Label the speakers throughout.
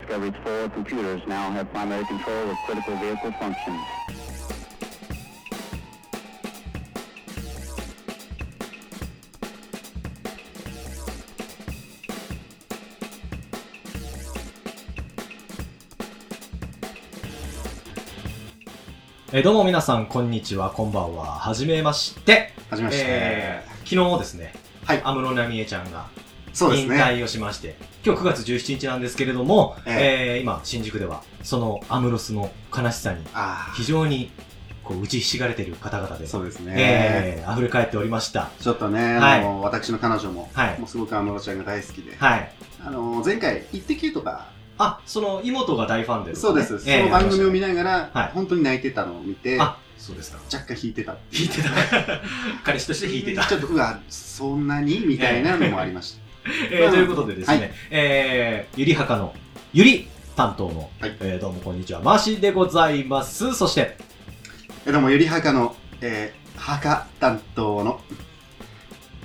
Speaker 1: discovered four computers now have primary control of critical vehicle functions.
Speaker 2: えーどうも皆さん、こんにちは、こんばんは。はじめまして。
Speaker 3: 始めました、
Speaker 2: えー昨日ですね、
Speaker 3: はい
Speaker 2: 安室奈美恵ちゃんが
Speaker 3: そうです
Speaker 2: 引
Speaker 3: ね。
Speaker 2: 退をしまして、今日9月17日なんですけれども、
Speaker 3: え
Speaker 2: えー今、新宿では、そのアムロスの悲しさに、
Speaker 3: あ
Speaker 2: 非常にこう打ちひしがれている方々で、
Speaker 3: あ、そうですね。
Speaker 2: えー溢れ返っておりました。
Speaker 3: ちょっとね、
Speaker 2: はい
Speaker 3: あの私の彼女も、
Speaker 2: はい
Speaker 3: もうすごく安室ちゃんが大好きで、
Speaker 2: はい。
Speaker 3: あの前回、イッテ Q とか、
Speaker 2: あ、その妹が大ファンで、
Speaker 3: そうです、
Speaker 2: えー
Speaker 3: その番組を見
Speaker 2: や
Speaker 3: ながら、
Speaker 2: はい
Speaker 3: 本当に泣いてたのを見
Speaker 2: りま
Speaker 3: て、
Speaker 2: したねあ、
Speaker 3: 若
Speaker 2: そうですか。
Speaker 3: 干引いてた。
Speaker 2: 弾いてた。彼氏として弾いてた。
Speaker 3: ちょっと、うわ、そんなにみたいなのもありまし
Speaker 2: えーということでですね、
Speaker 3: はい
Speaker 2: えーゆりはかのゆり担当の、
Speaker 3: はい
Speaker 2: えーどうもこんにちは、マーシーでございます。そして、
Speaker 3: た。えどうも、ゆりはかの、えー、はか担当の、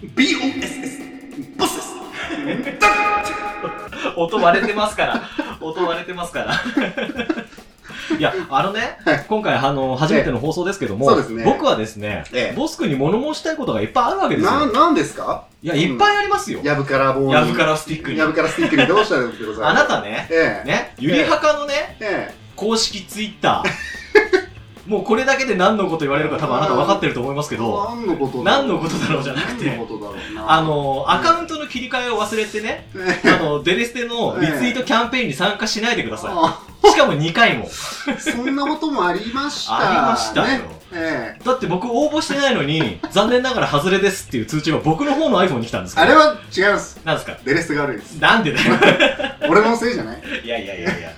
Speaker 3: BOSS、ボスです。
Speaker 2: 音割れてますから、音割れてますから。 いや、あのね、今回、あの、初めての放送ですけども、
Speaker 3: そうですね
Speaker 2: 僕はですね、
Speaker 3: え
Speaker 2: ボス君に物申したいことがいっぱいあるわけ
Speaker 3: え
Speaker 2: です
Speaker 3: な、
Speaker 2: よ。
Speaker 3: なんですか
Speaker 2: いや、いっぱいありますよ。
Speaker 3: やぶから棒に。
Speaker 2: やぶからスティックに
Speaker 3: や。ぶからスティックにどうしたんでござい
Speaker 2: あ
Speaker 3: ます
Speaker 2: なたね、
Speaker 3: ええ
Speaker 2: ね、ゆりはかのね、
Speaker 3: ええ
Speaker 2: 公式ツイッタ ー、もうこれだけで何のこと言われるか多分あなた分かってると思いますけど、
Speaker 3: 何のことだろう
Speaker 2: 何のことだろうじゃなくて
Speaker 3: 何の、ことだろうな
Speaker 2: あのー、アカウントの切り替えを忘れてね、あの、デレステのリツイートキャンペーンに参加しないでくださ
Speaker 3: あ
Speaker 2: い。しかも2回も。
Speaker 3: そんなこともありました
Speaker 2: ありましたよ
Speaker 3: ねええ
Speaker 2: だって僕応募してないのに、残念ながら外れですっていう通知が僕の方の iPhone に来たんですけど。
Speaker 3: あれは違います
Speaker 2: なんですか
Speaker 3: デレステが悪いです
Speaker 2: なんでだよ。
Speaker 3: 俺のせいじゃない
Speaker 2: いやいやいやいや。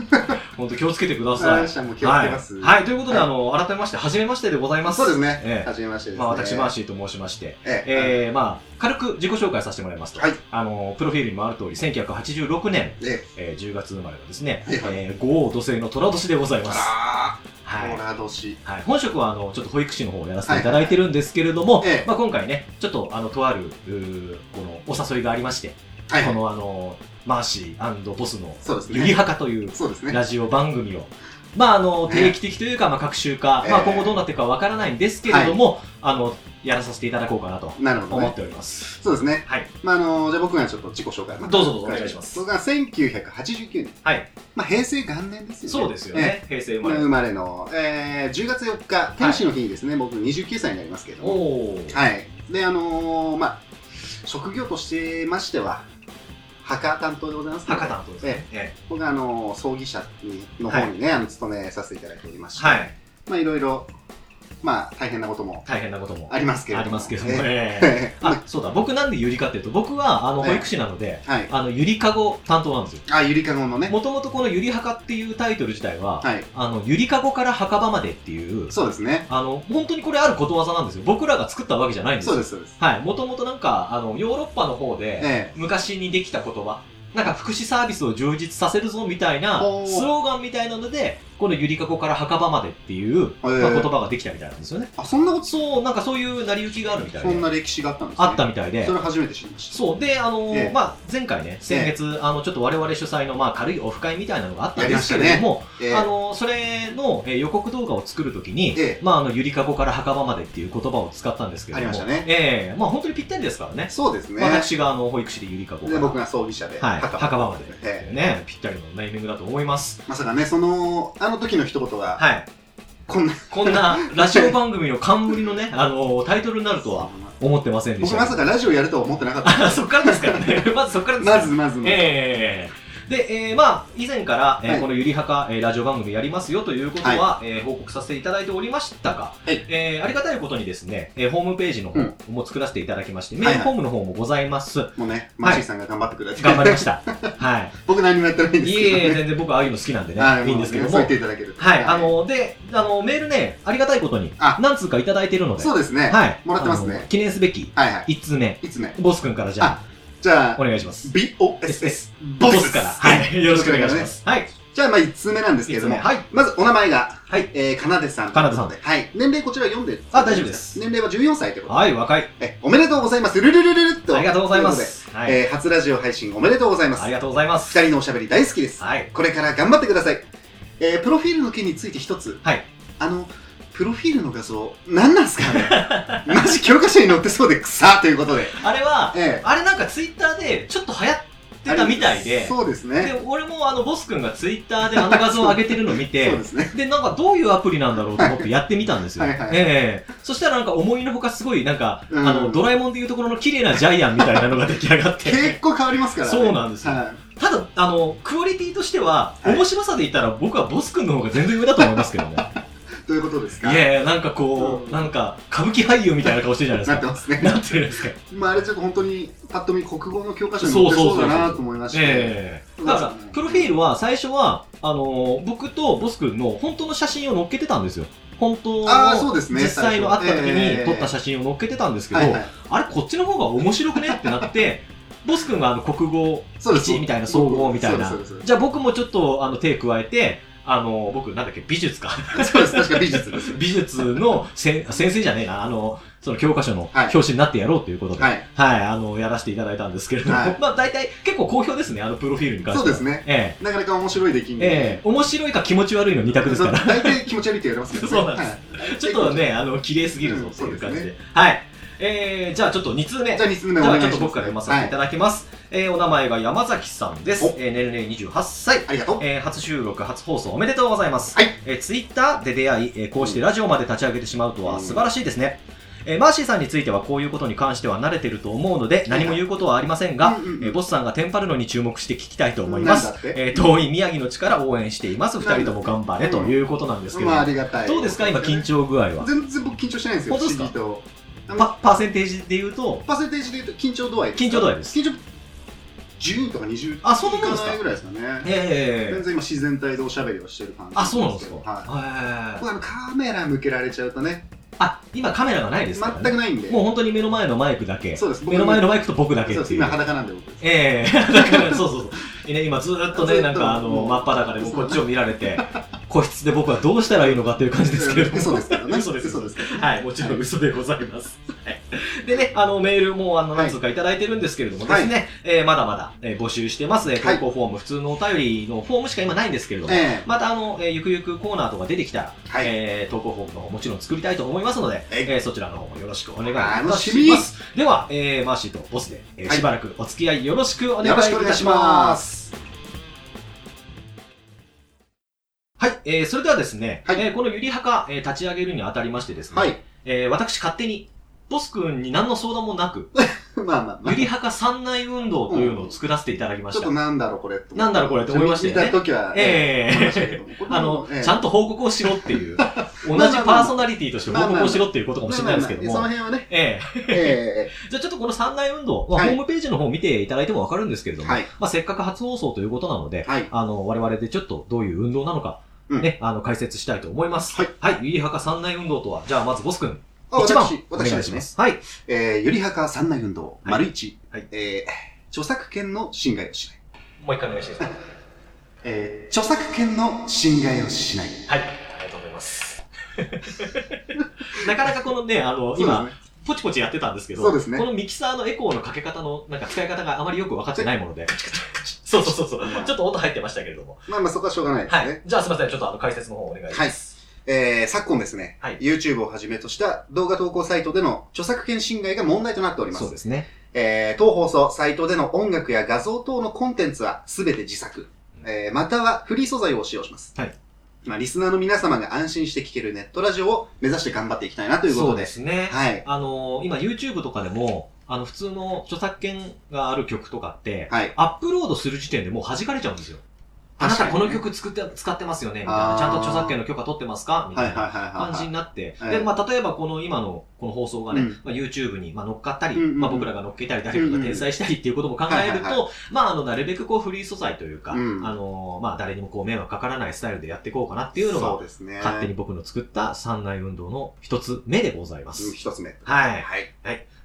Speaker 2: ほんと気をつけてください。
Speaker 3: 私者も気をつけます
Speaker 2: はい。はい、ということで、
Speaker 3: は
Speaker 2: あの、改めまして、はじめましてでございます。
Speaker 3: そうですね、
Speaker 2: ええ
Speaker 3: はじめましてですね
Speaker 2: まあ、私、マーシーと申しまして、
Speaker 3: ええ
Speaker 2: えー、まあ、軽く自己紹介させてもらいますと、
Speaker 3: はい
Speaker 2: あの、プロフィールにもある通り、1986年、
Speaker 3: ええ
Speaker 2: えー、10月生まれのですね、
Speaker 3: はいはい
Speaker 2: えー、五王土星の虎年でございます。
Speaker 3: あ
Speaker 2: は
Speaker 3: あ
Speaker 2: い
Speaker 3: オ。ラ年
Speaker 2: はい、本職はあのちょっと保育士の方をやらせていただいてるんですけれども、
Speaker 3: はいはいええ
Speaker 2: まあ、今回ね、ちょっとあのとあるうーこのお誘いがありまして、
Speaker 3: はい
Speaker 2: このあのマーシーボスの
Speaker 3: そうですね
Speaker 2: ゆりはかという
Speaker 3: そうですね
Speaker 2: ラジオ番組を、まあ、あの
Speaker 3: ええ
Speaker 2: 定期的というか、まあ、各週か、
Speaker 3: ええ
Speaker 2: まあ、今後どうなっていくかわからないんですけれども、あのやらさせていただこうかなと
Speaker 3: なるほど
Speaker 2: 思っ
Speaker 3: ね
Speaker 2: ております。
Speaker 3: そうですね
Speaker 2: はい、
Speaker 3: まああのじゃあ僕がちょっと自己紹介を
Speaker 2: どうぞどうぞお願いします
Speaker 3: 僕は1989年
Speaker 2: はい、
Speaker 3: まあ平成元年ですよね
Speaker 2: そうですよ
Speaker 3: ええ
Speaker 2: ね、平成生まれ。
Speaker 3: 生まれの、えー10月4日、天使の日にですね、僕29歳になりますけれど
Speaker 2: お
Speaker 3: も、
Speaker 2: お、
Speaker 3: はい。で、あのーまあ、職業としてましては、墓担当でございますので
Speaker 2: 博多のとですね。ええ
Speaker 3: 僕はあのー葬儀社にの方にね、あの勤めさせていただいておりまして、
Speaker 2: はい、
Speaker 3: まあ、いろいろ、まあ、大変なことも
Speaker 2: 大変なことも
Speaker 3: ありますけれ
Speaker 2: あ
Speaker 3: ども。
Speaker 2: りますけども
Speaker 3: え
Speaker 2: ね。
Speaker 3: ええ え
Speaker 2: あ、そうだ。僕なんでゆりかっていうと、僕はあの
Speaker 3: ええ
Speaker 2: 保育士なので、
Speaker 3: はい。
Speaker 2: あのゆりかご担当なんですよ。
Speaker 3: あ、ゆりかごのね。
Speaker 2: もともとこのゆりはかっていうタイトル自体は、
Speaker 3: はい。
Speaker 2: あのゆりかごから墓場までっていう、
Speaker 3: そうですね。
Speaker 2: あの本当にこれあることわざなんですよ。僕らが作ったわけじゃないんですよ。
Speaker 3: そうです、そうです。
Speaker 2: はい。もともとなんかあのヨーロッパの方で、
Speaker 3: え
Speaker 2: 昔にできた言葉。なんか福祉サービスを充実させるぞみたいな
Speaker 3: ほう
Speaker 2: スローガンみたいなのでこのゆりかごから墓場までっていう、まあ
Speaker 3: へえ
Speaker 2: 言葉ができたみたいなんですよね
Speaker 3: えあ、そんなこと、
Speaker 2: そうなんかそういう成り行きがあるみたい
Speaker 3: そ
Speaker 2: で
Speaker 3: んな歴史があったんですね。
Speaker 2: あったみたいで
Speaker 3: それ初めて知りまし
Speaker 2: そう。で、あのー
Speaker 3: ええ
Speaker 2: まあ、前回ね、先月、あの、ちょっと我々主催の、まあ、軽いオフ会みたいなのがあったんですけれども、
Speaker 3: た。ええ
Speaker 2: あのーそれの、えー予告動画を作るときに、
Speaker 3: ええ
Speaker 2: まあ、あの、ゆりかごから墓場までっていう言葉を使ったんですけれども、
Speaker 3: ありましたね
Speaker 2: ええまあ、本当にぴったりですからね。
Speaker 3: そうですね。
Speaker 2: 私が、あの、保育士でゆりかごか
Speaker 3: で、
Speaker 2: ら。
Speaker 3: 僕が葬儀社で、
Speaker 2: はい、
Speaker 3: 墓場
Speaker 2: 墓場まで。
Speaker 3: ええ
Speaker 2: ね、ぴったりのネーミングだと思います。
Speaker 3: まさかね、その、あの時の一言が、
Speaker 2: はい。
Speaker 3: こんな、
Speaker 2: こんな、ラジオ番組の冠のね、あのータイトルになるとは思ってませんでし
Speaker 3: 僕
Speaker 2: た。
Speaker 3: まさかラジオやるとは思って なかった。
Speaker 2: あそっからですから ね。まずそっからですから
Speaker 3: まずまずまず、
Speaker 2: ええで、えーまあ、以前から、えー
Speaker 3: はい
Speaker 2: このゆりはか、えーラジオ番組やりますよということは、えー報告させていただいておりましたが、
Speaker 3: い
Speaker 2: えーありがたいことにですね、えーホームページの
Speaker 3: うん
Speaker 2: 方も作らせていただきまして、
Speaker 3: はいはい
Speaker 2: メールフォームの方もございます。
Speaker 3: もうね、マーシーさんが頑張ってくれて、
Speaker 2: 頑張りま した。は
Speaker 3: 僕何もやってないん
Speaker 2: い。
Speaker 3: です
Speaker 2: い
Speaker 3: けど、
Speaker 2: え
Speaker 3: ね。
Speaker 2: いえ、全然僕ああいうの好きなんでね
Speaker 3: は、
Speaker 2: いいんですけど
Speaker 3: そ
Speaker 2: も。
Speaker 3: う
Speaker 2: は
Speaker 3: 言っていただけると。
Speaker 2: い、あの、で、あの、メールね、ありがたいことに
Speaker 3: あ、
Speaker 2: 何通かいただいてるので、
Speaker 3: そうですね。
Speaker 2: はい。
Speaker 3: もらってますね
Speaker 2: あの記念すべき、
Speaker 3: はいはい。
Speaker 2: 1通目、
Speaker 3: いつね。
Speaker 2: ボス君からじゃあ、
Speaker 3: じゃあ
Speaker 2: お、願いします。
Speaker 3: BOSS、
Speaker 2: ボス
Speaker 3: です
Speaker 2: から。はい。よろしくお願いします。はい。
Speaker 3: じゃあ、まあ、1通目なんですけれども、
Speaker 2: 一通目はい
Speaker 3: まずお名前が、
Speaker 2: はい
Speaker 3: えー、かなでさん。
Speaker 2: かなでさん
Speaker 3: で。はい。年齢こちら読んで
Speaker 2: あ大丈夫です
Speaker 3: 年齢は14歳ってこと
Speaker 2: はい、若い。
Speaker 3: え、おめでとうございます。ルルルルルっと。
Speaker 2: ありがとうございま。す。はい。
Speaker 3: えー初ラジオ配信おめでとうございます。
Speaker 2: ありがとうございます。
Speaker 3: 二人のおしゃべり大好きです。
Speaker 2: はい。
Speaker 3: これから頑張ってください。えー、プロフィールの件について一つ。
Speaker 2: はい。
Speaker 3: あの、プロフィールの画像、何なんすか あれマジ教科書に載ってそうで草ということで。
Speaker 2: あれは、
Speaker 3: え
Speaker 2: あれなんかツイッターでちょっと流行ってたみたいで、
Speaker 3: そうですね。
Speaker 2: で、俺もあの、ボス君がツイッターであの画像を上げてるのを見
Speaker 3: そう
Speaker 2: て
Speaker 3: で、すね。
Speaker 2: で、なんかどういうアプリなんだろうと思ってやってみたんですよ。
Speaker 3: はいはい
Speaker 2: ええそしたらなんか思いのほかすごいなんか、
Speaker 3: うん
Speaker 2: あの、ドラえもんでいうところの綺麗なジャイアンみたいなのが出来上がっ
Speaker 3: 結
Speaker 2: て。
Speaker 3: 構変わりますからね。
Speaker 2: そうなんですよ
Speaker 3: はい。
Speaker 2: ただ、あの、クオリティとしては、
Speaker 3: はい
Speaker 2: 面白さで言ったら僕はボス君の方が全然上だと思いますけ どね。
Speaker 3: どういうことです
Speaker 2: い
Speaker 3: か
Speaker 2: やいや、なんかこう、
Speaker 3: うん
Speaker 2: なんか歌舞伎俳優みたいな顔してるじゃな
Speaker 3: ないって
Speaker 2: で
Speaker 3: ます
Speaker 2: すか。
Speaker 3: ね。
Speaker 2: なってるん ですか。
Speaker 3: まあ、あれちょっと本当に、パッと見国語の教科書に載ってそうだなと思いまして。
Speaker 2: ええだから、プロフィールは最初は、あのー僕とボス君の本当の写真を載っけてたんですよ。本当
Speaker 3: あーそうです
Speaker 2: の
Speaker 3: ね
Speaker 2: 実際の会った時
Speaker 3: 最初え
Speaker 2: に
Speaker 3: え
Speaker 2: 撮った写真を載っけてたんですけど、
Speaker 3: はいはい。
Speaker 2: あれ、こっちの方が面白くねってなって、 ボス君があの国語
Speaker 3: そうです
Speaker 2: 1みたいな、総合みたいな
Speaker 3: そうですそうで。す
Speaker 2: じゃあ僕もちょっとあの手加えて、あのー僕、なんだっけ、美術か。
Speaker 3: そうです。確か美術です。
Speaker 2: 美術のせん先生じゃねえな、あの、その教科書の
Speaker 3: はい
Speaker 2: 表紙になってやろうということで、はい、
Speaker 3: はい。
Speaker 2: あの、やらせていただいたんですけれども、
Speaker 3: はい
Speaker 2: まあ大体結構好評ですね、あのプロフィールに関
Speaker 3: そ
Speaker 2: し
Speaker 3: う
Speaker 2: て
Speaker 3: で
Speaker 2: は。
Speaker 3: すね。
Speaker 2: え
Speaker 3: なかなか面白い出来
Speaker 2: え
Speaker 3: に。
Speaker 2: ええ面白いか気持ち悪いの二択ですから。
Speaker 3: 大体気持ち悪いって言われますけどね。
Speaker 2: そうなんです
Speaker 3: はい
Speaker 2: ちょっと。ね、あの、綺麗すぎるぞっていう感じで。
Speaker 3: うんそうで
Speaker 2: はい。えー、じゃあちょっと2通目。
Speaker 3: じゃあ2つ目お願い
Speaker 2: じゃあちょ
Speaker 3: します。
Speaker 2: っと僕から読ませていた
Speaker 3: はい
Speaker 2: だきます。えーお名前が山崎さんです
Speaker 3: お。
Speaker 2: えー年齢28歳。
Speaker 3: ありがとう。
Speaker 2: えー初収録、初放送おめでとうございます。
Speaker 3: はい
Speaker 2: えー、ツイッターで出会い、えーこうしてラジオまで立ち上げてしまうと
Speaker 3: う
Speaker 2: は
Speaker 3: ん
Speaker 2: 素晴らしいですね。えーマーシーさんについてはこういうことに関しては慣れてると思うので、何も言うことはありませんが、
Speaker 3: うんうんうん
Speaker 2: えーボスさんがテンパるのに注目して聞きたいと思います
Speaker 3: なんだって。
Speaker 2: えー遠い宮城の力応援しています。二人とも頑張れ
Speaker 3: なんだ
Speaker 2: ということなんですけど、
Speaker 3: まあ、ありがたい。
Speaker 2: どうですか今緊張具合は。
Speaker 3: 全然僕緊張してないんですよ。
Speaker 2: 本当ですか
Speaker 3: 不思議と。あの
Speaker 2: パパーセンテージで言うと、
Speaker 3: パーセンテージで言うと緊張度合いですか。
Speaker 2: 緊張度合いです
Speaker 3: 緊張、10とか20
Speaker 2: あそんなもんですか
Speaker 3: いかないぐらいですかね。
Speaker 2: え
Speaker 3: 全
Speaker 2: ー、
Speaker 3: 然今自然体でおしゃべりをしてる感じ。
Speaker 2: あ、そうなんですか。
Speaker 3: はい。
Speaker 2: はい
Speaker 3: 僕あのカメラ向けられちゃうとね、
Speaker 2: あ、今カメラがないで
Speaker 3: 全
Speaker 2: す
Speaker 3: く
Speaker 2: から、ね。
Speaker 3: ないんで。
Speaker 2: もう本当に目の前のマイクだけ。
Speaker 3: そうです。僕
Speaker 2: 目の前のマイクと僕だけ
Speaker 3: そう
Speaker 2: って
Speaker 3: です。
Speaker 2: いう
Speaker 3: 今。裸なんで僕。
Speaker 2: ええ だから、そうそうそう。ね、今ずーっと
Speaker 3: ずっ
Speaker 2: ね、
Speaker 3: と
Speaker 2: なんかあの、
Speaker 3: もう
Speaker 2: 真っ裸でもうこっちを見られて、個室で僕はどうしたらいいのかっていう感じですけれども。
Speaker 3: 嘘ですけどね。
Speaker 2: 嘘です。
Speaker 3: 嘘ですけどね。
Speaker 2: はい、もちろん嘘でございます。はいでね、あの、メールも、あの、
Speaker 3: はい
Speaker 2: 何通かいただいてるんですけれどもで
Speaker 3: はい
Speaker 2: すね、えーまだまだ、えー募集してます。えー
Speaker 3: はい
Speaker 2: 投稿フォーム、普通のお便りのフォームしか今ないんですけれども、
Speaker 3: ええ。
Speaker 2: また、あの、えーゆくゆくコーナーとか出てきたら、
Speaker 3: はい
Speaker 2: えー投稿フォームの方もちろん作りたいと思いますので、
Speaker 3: えい
Speaker 2: えーそちらの方もよろしくお願いいた
Speaker 3: 楽しみ
Speaker 2: します。では、えーマーシーとボスで、えー
Speaker 3: はい
Speaker 2: しばらくお付き合いよろしくお願いい
Speaker 3: よろしくお願
Speaker 2: た
Speaker 3: いし
Speaker 2: しま。
Speaker 3: ますす。
Speaker 2: はい、えーそれではですね、
Speaker 3: はい
Speaker 2: えーこのゆりはか、えー立ち上げるにあたりましてですね、
Speaker 3: はい。
Speaker 2: えー私勝手に、ボス君に何の相談もなく、
Speaker 3: まあまあまあ
Speaker 2: ゆ。りはか三内運動というのを作らせていただきま
Speaker 3: ちょ
Speaker 2: し
Speaker 3: ったと。なんだろうこれって
Speaker 2: なんだろうこれって思いましたよね
Speaker 3: 見た時は、
Speaker 2: ええ
Speaker 3: 思いましたけどもこれも
Speaker 2: あの、
Speaker 3: ええ
Speaker 2: ちゃんと報告をしろって いう、同
Speaker 3: まあ
Speaker 2: じ
Speaker 3: まあまあ
Speaker 2: パーソナリティとして報告をしろっていうことかもしれないですけど
Speaker 3: まあ
Speaker 2: も
Speaker 3: まあ、まあその辺 はね、
Speaker 2: ええ
Speaker 3: え
Speaker 2: じゃあちょっとこの三大運動、まあ
Speaker 3: はい
Speaker 2: ホームページの方を見ていただいてもわかるんですけれ
Speaker 3: え
Speaker 2: ども、
Speaker 3: はい。
Speaker 2: まあ、せっかく初放送ということなので、
Speaker 3: はい。
Speaker 2: あの、我々でちょっとどういう運動なのか、
Speaker 3: うん
Speaker 2: ね、あの、解説したいと思います。
Speaker 3: はい。
Speaker 2: はい。ゆりはか三大運動とは、じゃあまずボス君、
Speaker 3: あ
Speaker 2: 一番
Speaker 3: 私、
Speaker 2: お
Speaker 3: 私
Speaker 2: 願
Speaker 3: で
Speaker 2: い
Speaker 3: す
Speaker 2: し
Speaker 3: ね
Speaker 2: ま。す。はい。
Speaker 3: えー、ゆりはか三内運動、
Speaker 2: はい
Speaker 3: 丸一、
Speaker 2: はい
Speaker 3: えー、著作権の侵害をしない。
Speaker 2: もう一回お願いします。
Speaker 3: えー、著作権の侵害をしない。
Speaker 2: はい。ありがとうございます。 なかなかこのね、あの、
Speaker 3: そう
Speaker 2: 今、
Speaker 3: ですね
Speaker 2: ポチポチやってたんですけど、
Speaker 3: そうですね
Speaker 2: このミキサーのエコーのかけ方の、なんか使い方があまりよく分かってないもので、 そうそうそうそう、ちょっと音入ってましたけれども。
Speaker 3: まあまあそこはしょうがないです
Speaker 2: は
Speaker 3: ね。
Speaker 2: い。じゃあすみません、ちょっとあの解説の方お願いします。
Speaker 3: はいえー、昨今ですね、
Speaker 2: はい
Speaker 3: YouTube をはじめとした動画投稿サイトでの著作権侵害が問題となっております。
Speaker 2: そうですね。
Speaker 3: えー当放送、サイトでの音楽や画像等のコンテンツはすべて自作、えーまたはフリー素材を使用します。
Speaker 2: はい。
Speaker 3: まあ、リスナーの皆様が安心して聴けるネットラジオを目指して頑張っていきたいなというこ
Speaker 2: そ
Speaker 3: と
Speaker 2: う
Speaker 3: で。
Speaker 2: ですね。
Speaker 3: はい。
Speaker 2: あのー今 YouTube とかでも、あの、普通の著作権がある曲とかって、
Speaker 3: はい。
Speaker 2: アップロードする時点でもう弾かれちゃうんですよ。あな
Speaker 3: 確か
Speaker 2: た
Speaker 3: に
Speaker 2: こ
Speaker 3: ね
Speaker 2: の曲作って、使ってますよねみたいな
Speaker 3: あ。ー
Speaker 2: ちゃんと著作権の許可取ってますかみ
Speaker 3: はい
Speaker 2: た
Speaker 3: はいいは
Speaker 2: な
Speaker 3: いはい
Speaker 2: 感
Speaker 3: は
Speaker 2: じ
Speaker 3: い。
Speaker 2: になって。
Speaker 3: はい
Speaker 2: で、まあ、例えばこの今のこの放送がね、
Speaker 3: うん
Speaker 2: まあ、YouTube にまあ乗っかったり、
Speaker 3: うんうん
Speaker 2: まあ、僕らが乗っけたり、誰かが転載したり っていうことも考える
Speaker 3: うんうん
Speaker 2: と、
Speaker 3: はいはい
Speaker 2: まあ、あの、なるべくこうフリー素材というか、
Speaker 3: うん
Speaker 2: あのーまあ、誰にもこう迷惑かからないスタイルでやっていこうかなっていうのが
Speaker 3: そ、うですね。
Speaker 2: 勝手に僕の作った三内運動の一つ目でございます。
Speaker 3: うん一つ目。
Speaker 2: はい。
Speaker 3: はい。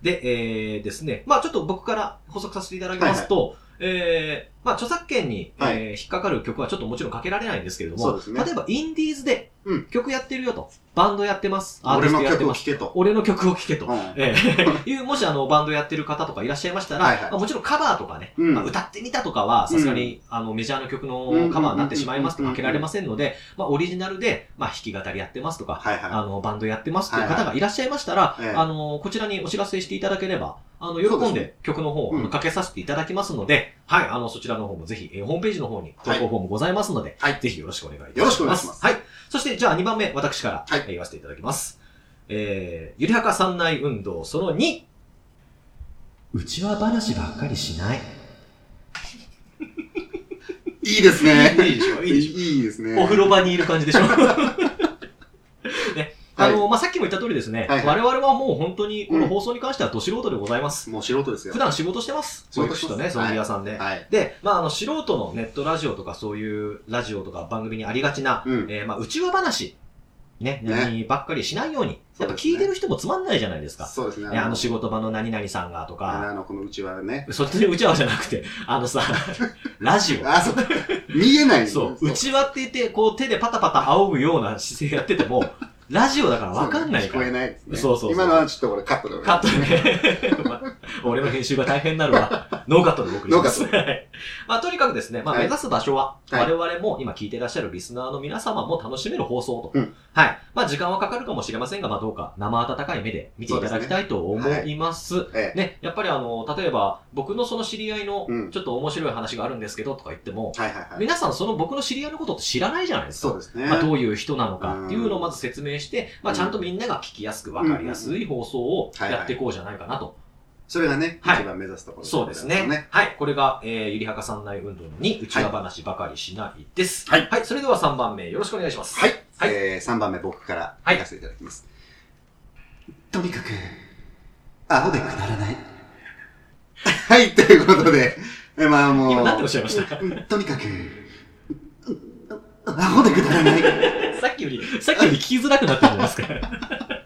Speaker 2: で、えー、ですね、まあちょっと僕から補足させていただきますと、えー、まあ著作権に、
Speaker 3: はい
Speaker 2: えー引っかかる曲はちょっともちろんかけられないんですけれど
Speaker 3: そう
Speaker 2: も、
Speaker 3: ですね
Speaker 2: 例えばインディーズで
Speaker 3: うん
Speaker 2: 曲やってるよと、バンドやってます、アーティ
Speaker 3: 俺
Speaker 2: ス
Speaker 3: の
Speaker 2: トやって
Speaker 3: 曲を
Speaker 2: ま
Speaker 3: 聴
Speaker 2: す、
Speaker 3: けと。
Speaker 2: 俺の曲を聴けと
Speaker 3: う。ん
Speaker 2: え えいう、もしあの、バンドやってる方とかいらっしゃいましたら、
Speaker 3: はいはい
Speaker 2: まあ、もちろんカバーとかね、
Speaker 3: うん
Speaker 2: まあ、歌ってみたとかは、さすがに、あの、メジャーの曲のカバーになってしまいますとかけられませんので、まあ、オリジナルで、まあ、弾き語りやってますとか、
Speaker 3: はいは
Speaker 2: あの、バンドやってますという方がいらっしゃいましたら、
Speaker 3: はいはいええ
Speaker 2: あの、こちらにお知らせしていただければ、あの、
Speaker 3: そう
Speaker 2: 喜
Speaker 3: です
Speaker 2: ん
Speaker 3: ね
Speaker 2: で曲の方をあ
Speaker 3: うん
Speaker 2: のかけさせていただきますので、はい、あの、そちらの方もぜひ、えーホームページの方に投
Speaker 3: はい
Speaker 2: 稿フォームございますので、
Speaker 3: はい
Speaker 2: ぜひよろしくお願いいたします。
Speaker 3: よろしくお願いします
Speaker 2: はい。そして、じゃあ2番目、私から、
Speaker 3: はい
Speaker 2: えー言わせていただきます。えー、ゆりはか三内運動、その2。うちは話ばっかりしない。
Speaker 3: い。いいですね。
Speaker 2: いいでしょ、 いいでしょ。
Speaker 3: いいですね。
Speaker 2: お風呂場にいる感じでしょ。ね、あ
Speaker 3: はい
Speaker 2: の、まあ、さっきも言った通りですね、
Speaker 3: はい
Speaker 2: 我々はもう本当にこの放送に関してはど素人でございます。
Speaker 3: もう素人ですよ
Speaker 2: 普。段仕事してます。
Speaker 3: 仕
Speaker 2: そうい
Speaker 3: 事
Speaker 2: う
Speaker 3: して
Speaker 2: 人
Speaker 3: ます
Speaker 2: ね、ソンビ屋さんで。
Speaker 3: はい。
Speaker 2: で、まあ、あの、素人のネットラジオとかそういうラジオとか番組にありがちな、
Speaker 3: うん。
Speaker 2: えー、まあ、内輪話、ね、
Speaker 3: ね
Speaker 2: 何ばっかりしないように、やっ
Speaker 3: そう
Speaker 2: ぱ
Speaker 3: ですね
Speaker 2: 聞いてる人もつまんないじゃないですか。
Speaker 3: そうですね。
Speaker 2: ね、あの仕事場の何々さんがとか、
Speaker 3: あの、このうちはね。
Speaker 2: そっちの内輪じゃなくて、あ のさ、ラジオ。
Speaker 3: あ、そう。見えないんです
Speaker 2: そ
Speaker 3: よ
Speaker 2: う、内輪って言って、こう手でパタパタ仰ぐような姿勢やってても、ラジオだからわかんないか
Speaker 3: 聞こえ
Speaker 2: ら。
Speaker 3: ないですね。
Speaker 2: そうそうそう
Speaker 3: 今のはちょっと俺カットで。
Speaker 2: カットで。ね。 ま俺の編集が大変になるわ。ノーカットで僕にします。
Speaker 3: ノ
Speaker 2: はいまあ、とにかくですね、まあ、
Speaker 3: はい
Speaker 2: 目指す場所は、
Speaker 3: はい
Speaker 2: 我々も今聞いてらっしゃるリスナーの皆様も楽しめる放送と。
Speaker 3: うん
Speaker 2: はい。まあ、時間はかかるかもしれませんが、まあ、どうか生温かい目で見ていただきたいと思います。ね
Speaker 3: え
Speaker 2: やっぱりあの、例えば、僕のその知り合いの
Speaker 3: うん、
Speaker 2: ちょっと面白い話があるんですけど、とか言っても、
Speaker 3: え。はいはいはい。
Speaker 2: 皆さんその僕の知り合いのことって知らないじゃないですか
Speaker 3: そう。ですね。
Speaker 2: まあ、どういう人なのかっていうのをまず説明して、まあ、ちゃんとみんなが聞きやすく分かりやすい放送をやっていこうじゃないかなと。
Speaker 3: それがね、
Speaker 2: はい
Speaker 3: 一番目指すところ
Speaker 2: そうですね。。はい。これが、えー、ゆりはかさん内運動に、うちわ話ばかりしないです。
Speaker 3: はい。
Speaker 2: はい。それでは3番目、よろしくお願いします。
Speaker 3: はい。
Speaker 2: はい
Speaker 3: えー、3番目僕から
Speaker 2: はい
Speaker 3: 行かせていただきます。とにかく、青でくだらない。 はい、ということで、えまあもう、
Speaker 2: 今何ておっしゃいました
Speaker 3: とにかく、アホでくだらない。
Speaker 2: さっきより、さっきより聞きづらくなったんじゃないですか。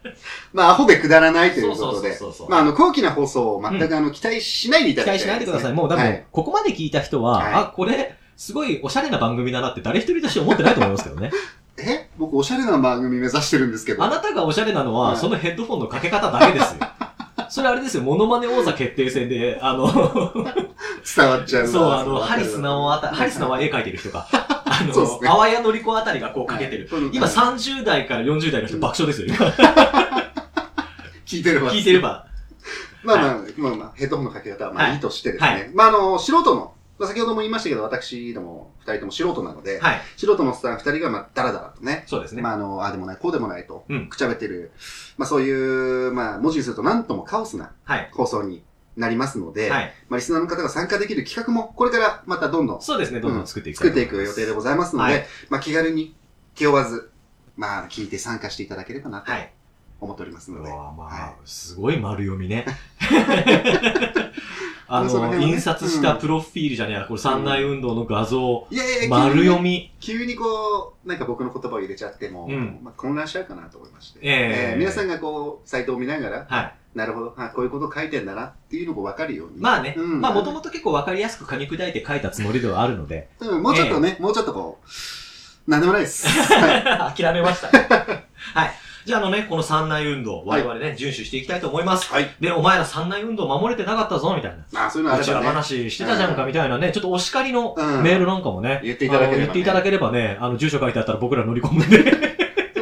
Speaker 3: まあ、アホでくだらないということで
Speaker 2: そうそうそうそう、
Speaker 3: まあ、あの、高貴な放送を全くあの、期待しないでいた
Speaker 2: 期
Speaker 3: だ
Speaker 2: 待
Speaker 3: き
Speaker 2: したないいで
Speaker 3: で
Speaker 2: く
Speaker 3: す
Speaker 2: だ
Speaker 3: ね。
Speaker 2: さい。もう多分、
Speaker 3: はい
Speaker 2: ここまで聞いた人は、
Speaker 3: はい
Speaker 2: あ、これ、すごいおしゃれな番組だなって誰一人として思ってないと思いますけどね。
Speaker 3: え僕、おしゃれな番組目指してるんですけど。
Speaker 2: あなたがおしゃれなの
Speaker 3: は
Speaker 2: は、
Speaker 3: い
Speaker 2: そのヘッドフォンのかけ方だけですよ。 それあれですよ、モノマネ王座決定戦で、あ の、
Speaker 3: 伝わっちゃうわ
Speaker 2: そう、あの、ハリスナオあた
Speaker 3: は
Speaker 2: り、
Speaker 3: い
Speaker 2: ハリスナオは絵描いてる人か。あ
Speaker 3: そうっす
Speaker 2: の、
Speaker 3: ね
Speaker 2: あわやのりこあたりがこうかけてる。
Speaker 3: はい
Speaker 2: 今30代から40代の人爆笑ですよ、 今。
Speaker 3: 聞いてるわ。
Speaker 2: 聞いてれば。
Speaker 3: まあまあ、まあまあ、ヘッドホンのかけ方はまあ
Speaker 2: はい
Speaker 3: いいとしてですね。
Speaker 2: はい
Speaker 3: まああの、素人の、まあ、先ほども言いましたけど、私ども二人とも素人なので、
Speaker 2: はい。
Speaker 3: 素人のスタッフ二人がまあ、ダラダラとね、
Speaker 2: そうですね。
Speaker 3: まああの、ああでもない、こうでもないと
Speaker 2: うん、
Speaker 3: くちゃべってる、まあそういう、まあ文字にするとなんともカオスな
Speaker 2: はい。
Speaker 3: 放送になりますので、
Speaker 2: はい。
Speaker 3: まあリスナーの方が参加できる企画も、これからまたどんどん
Speaker 2: そうですね、どんどん作っていきた
Speaker 3: 作
Speaker 2: い
Speaker 3: っ
Speaker 2: と
Speaker 3: て
Speaker 2: 思
Speaker 3: いく
Speaker 2: ま
Speaker 3: 予
Speaker 2: す
Speaker 3: 定でございますので、
Speaker 2: はい
Speaker 3: まあ気軽に気負わず、まあ聞いて参加していただければなと
Speaker 2: はい。
Speaker 3: 思っておりますの
Speaker 2: う
Speaker 3: で、
Speaker 2: わま
Speaker 3: は
Speaker 2: あ、すごい丸読み ね。 あ
Speaker 3: その辺
Speaker 2: の、
Speaker 3: はね
Speaker 2: 印刷したプロフィールじゃねえや、これ三大運動の画像、
Speaker 3: いやいやいや
Speaker 2: 丸読み。
Speaker 3: 急にこう、なんか僕の言葉を入れちゃっても、
Speaker 2: うん
Speaker 3: まあ、混乱しちゃうかなと思いまして、
Speaker 2: ええ
Speaker 3: 皆さんがこう、サイトを見ながら、
Speaker 2: はい。
Speaker 3: なるほど、あこういうこと書いてんだなっていうのが分かるように、
Speaker 2: まあね、
Speaker 3: うん
Speaker 2: まあもともと結構わかりやすく噛み砕いて書いたつもりではあるの で、
Speaker 3: うんもうちょっとね、もうちょっとこう、なんでもな いです。はい
Speaker 2: 諦めました。はい。じゃああのね、この三内運動、我々ね、遵守していきたいと思います。
Speaker 3: はい。
Speaker 2: で、お前ら三内運動守れてなかったぞ、みたいな。
Speaker 3: まあ、そういうのあ
Speaker 2: う
Speaker 3: れ
Speaker 2: ちら
Speaker 3: ばね、
Speaker 2: 話してたじゃんか、みたいなね、ちょっとお叱りの
Speaker 3: うん
Speaker 2: メールなんかもね、
Speaker 3: 言っていただければね
Speaker 2: あの言っていただければね、あの、住所書いてあったら僕ら乗り込むん で、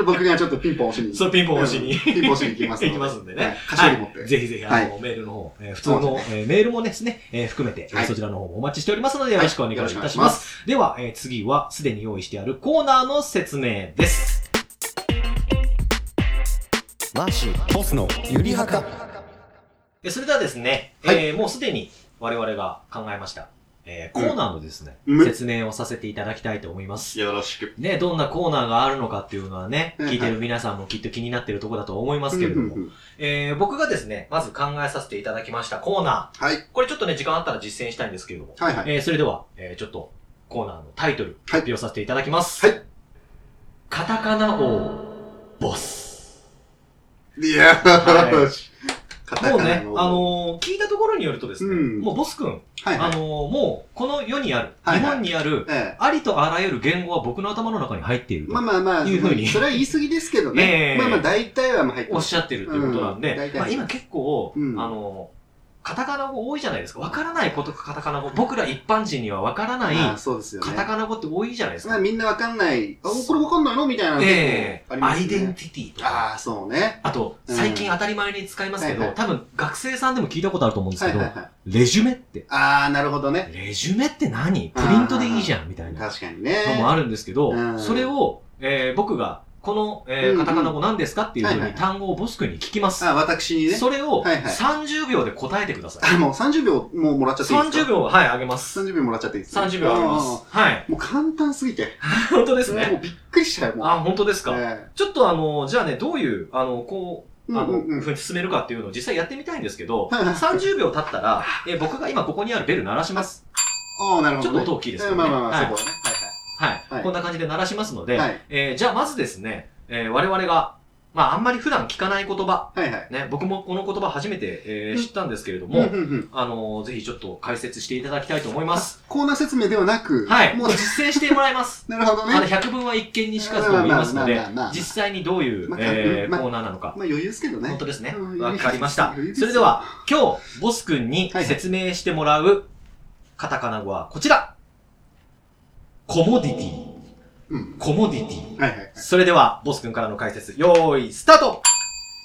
Speaker 3: 僕がちょっとピンポン押しに、
Speaker 2: そう、ピンポン押しに
Speaker 3: うん。ピンポン押しに行きますの
Speaker 2: 行きますんでね
Speaker 3: はい菓子折持って、
Speaker 2: はいぜひぜひ、あの、メールの方、えー普通の
Speaker 3: そうで
Speaker 2: えーメールもですね、えー含めて、えー
Speaker 3: はい
Speaker 2: そちらの方もお待ちしておりますので、よろしくお願いいたし
Speaker 3: は
Speaker 2: ます。
Speaker 3: よろくお願い
Speaker 2: では、えー次は、すでに用意してあるコーナーの説明です。
Speaker 4: ボスのゆりはか。
Speaker 2: えそれではですね、
Speaker 3: はい
Speaker 2: えーもうすでに我々が考えました、えーコーナーのですね、
Speaker 3: うん
Speaker 2: 説明をさせていただきたいと思います。
Speaker 3: よろしく。
Speaker 2: ね、どんなコーナーがあるのかっていうのはね、
Speaker 3: うん
Speaker 2: 聞いてる皆さんもきっと気になってるところだと思いますけれど
Speaker 3: うんう
Speaker 2: も、
Speaker 3: んうん
Speaker 2: えー僕がですね、まず考えさせていただきましたコーナ
Speaker 3: はい、
Speaker 2: ー、これちょっとね、時間あったら実践したいんですけれども、
Speaker 3: はい、はい。
Speaker 2: えーそれでは、えーちょっとコーナーのタイトル、
Speaker 3: はい
Speaker 2: 発表させていただきます。
Speaker 3: はい
Speaker 2: カタカナ王、ボス。
Speaker 3: いやー、
Speaker 2: は
Speaker 3: カ
Speaker 2: も
Speaker 3: タ
Speaker 2: う
Speaker 3: カナ
Speaker 2: ね、
Speaker 3: の。
Speaker 2: あのー聞いたところによるとですね、
Speaker 3: うん
Speaker 2: もうボス君、
Speaker 3: はいは
Speaker 2: あ
Speaker 3: い。
Speaker 2: のーもうこの世にある、
Speaker 3: はいはい
Speaker 2: 日本にある、
Speaker 3: ええ
Speaker 2: ありとあらゆる言語は僕の頭の中に入っていると、
Speaker 3: まあまあまあ、
Speaker 2: いうふうに
Speaker 3: それは言い過ぎですけど
Speaker 2: え
Speaker 3: ね。
Speaker 2: え
Speaker 3: まあまあ、大体はまあ入って
Speaker 2: お
Speaker 3: ま
Speaker 2: っ
Speaker 3: す。
Speaker 2: しゃってるということなんで、
Speaker 3: うん大体
Speaker 2: まあ、今結構、
Speaker 3: うん
Speaker 2: あのーカタカナ語多いじゃないですか。わからないことカタカナ語。僕ら一般人にはわからない
Speaker 3: ああそうですよね
Speaker 2: カ。タカナ語って多いじゃないです
Speaker 3: ま
Speaker 2: か。
Speaker 3: あ、みんなわかんない。あ、これわかんないのみたいなの結構
Speaker 2: ええ
Speaker 3: ありま
Speaker 2: ア
Speaker 3: すよ
Speaker 2: イ
Speaker 3: ね
Speaker 2: デンティティとか。
Speaker 3: ああ、そうね。
Speaker 2: あと、
Speaker 3: うん
Speaker 2: 最近当たり前に使いますけど、
Speaker 3: はいはい
Speaker 2: 多分学生さんでも聞いたことあると思うんです
Speaker 3: は
Speaker 2: け
Speaker 3: い
Speaker 2: ど、
Speaker 3: はいはい。
Speaker 2: レジュメって、
Speaker 3: ああ、なるほどね。
Speaker 2: レジュメって何プリントでいいじゃんみたいな
Speaker 3: 確かにね。
Speaker 2: のもあるんですけど、
Speaker 3: うん
Speaker 2: それを、えー僕が、この、えー
Speaker 3: うんう
Speaker 2: カ
Speaker 3: ん
Speaker 2: タカナ語何ですかっていうふ
Speaker 3: は
Speaker 2: う
Speaker 3: い
Speaker 2: に
Speaker 3: はい
Speaker 2: 単語をボス君に聞きます。
Speaker 3: あ、私にね。
Speaker 2: それを
Speaker 3: はいはい
Speaker 2: 30秒で答えてください。
Speaker 3: あ、もう30秒もうもらっちゃっていいです
Speaker 2: 30
Speaker 3: か
Speaker 2: 秒、はい、あげます。
Speaker 3: 30秒もらっちゃっていいですか
Speaker 2: 30秒あげま
Speaker 3: あ
Speaker 2: す。はい。
Speaker 3: ーもう簡単すぎて。
Speaker 2: 本当です
Speaker 3: も
Speaker 2: ね。
Speaker 3: うびっくりしたよ、もう。
Speaker 2: あ、本当ですか。
Speaker 3: え
Speaker 2: ちょっとあの、じゃあね、どういう、あの、こ
Speaker 3: え
Speaker 2: う、あの、
Speaker 3: うんうんうん
Speaker 2: ふうに進めるかっていうのを実際やってみたいんですけど、
Speaker 3: はいはい
Speaker 2: 30秒経ったら、えー僕が今ここにあるベル鳴らします。
Speaker 3: ああ、なるほ
Speaker 2: ちょ
Speaker 3: ど
Speaker 2: っ
Speaker 3: ね。
Speaker 2: と音大きいですけ
Speaker 3: ええ
Speaker 2: どね。
Speaker 3: まあまあまあ、
Speaker 2: はい
Speaker 3: そこはね。
Speaker 2: はい、
Speaker 3: はい
Speaker 2: こんな感じで鳴らしますの
Speaker 3: は
Speaker 2: で、
Speaker 3: いはい。
Speaker 2: えーじゃあまずですね、えー我々が、まああんまり普段聞かない言葉、
Speaker 3: はいはい。
Speaker 2: ね、僕もこの言葉初めて、えー
Speaker 3: うん
Speaker 2: 知ったんですけれども、
Speaker 3: もうん、
Speaker 2: あのーぜひちょっと解説していただきたいと思います。
Speaker 3: コーナー説明ではなく、
Speaker 2: はい、も
Speaker 3: も
Speaker 2: う
Speaker 3: う、
Speaker 2: 実践してもらいます。
Speaker 3: なるほどね。
Speaker 2: あの、
Speaker 3: まあ
Speaker 2: 百聞は一見にしかずと思いますので
Speaker 3: まあまあまあまあ、
Speaker 2: 実際にどういう、
Speaker 3: まあ
Speaker 2: えー
Speaker 3: まあ
Speaker 2: コーナーなのか。
Speaker 3: 余裕ですけどね
Speaker 2: 本。当ですね
Speaker 3: う。ん
Speaker 2: わかりました
Speaker 3: いいで。す
Speaker 2: それでは、今日、ボス君に
Speaker 3: はいはい
Speaker 2: 説明してもらうカタカナ語はこちら。コモディティ。
Speaker 3: うん。
Speaker 2: コモディティ。
Speaker 3: はいはいはい。
Speaker 2: それでは、ボス君からの解説、よーい、スタート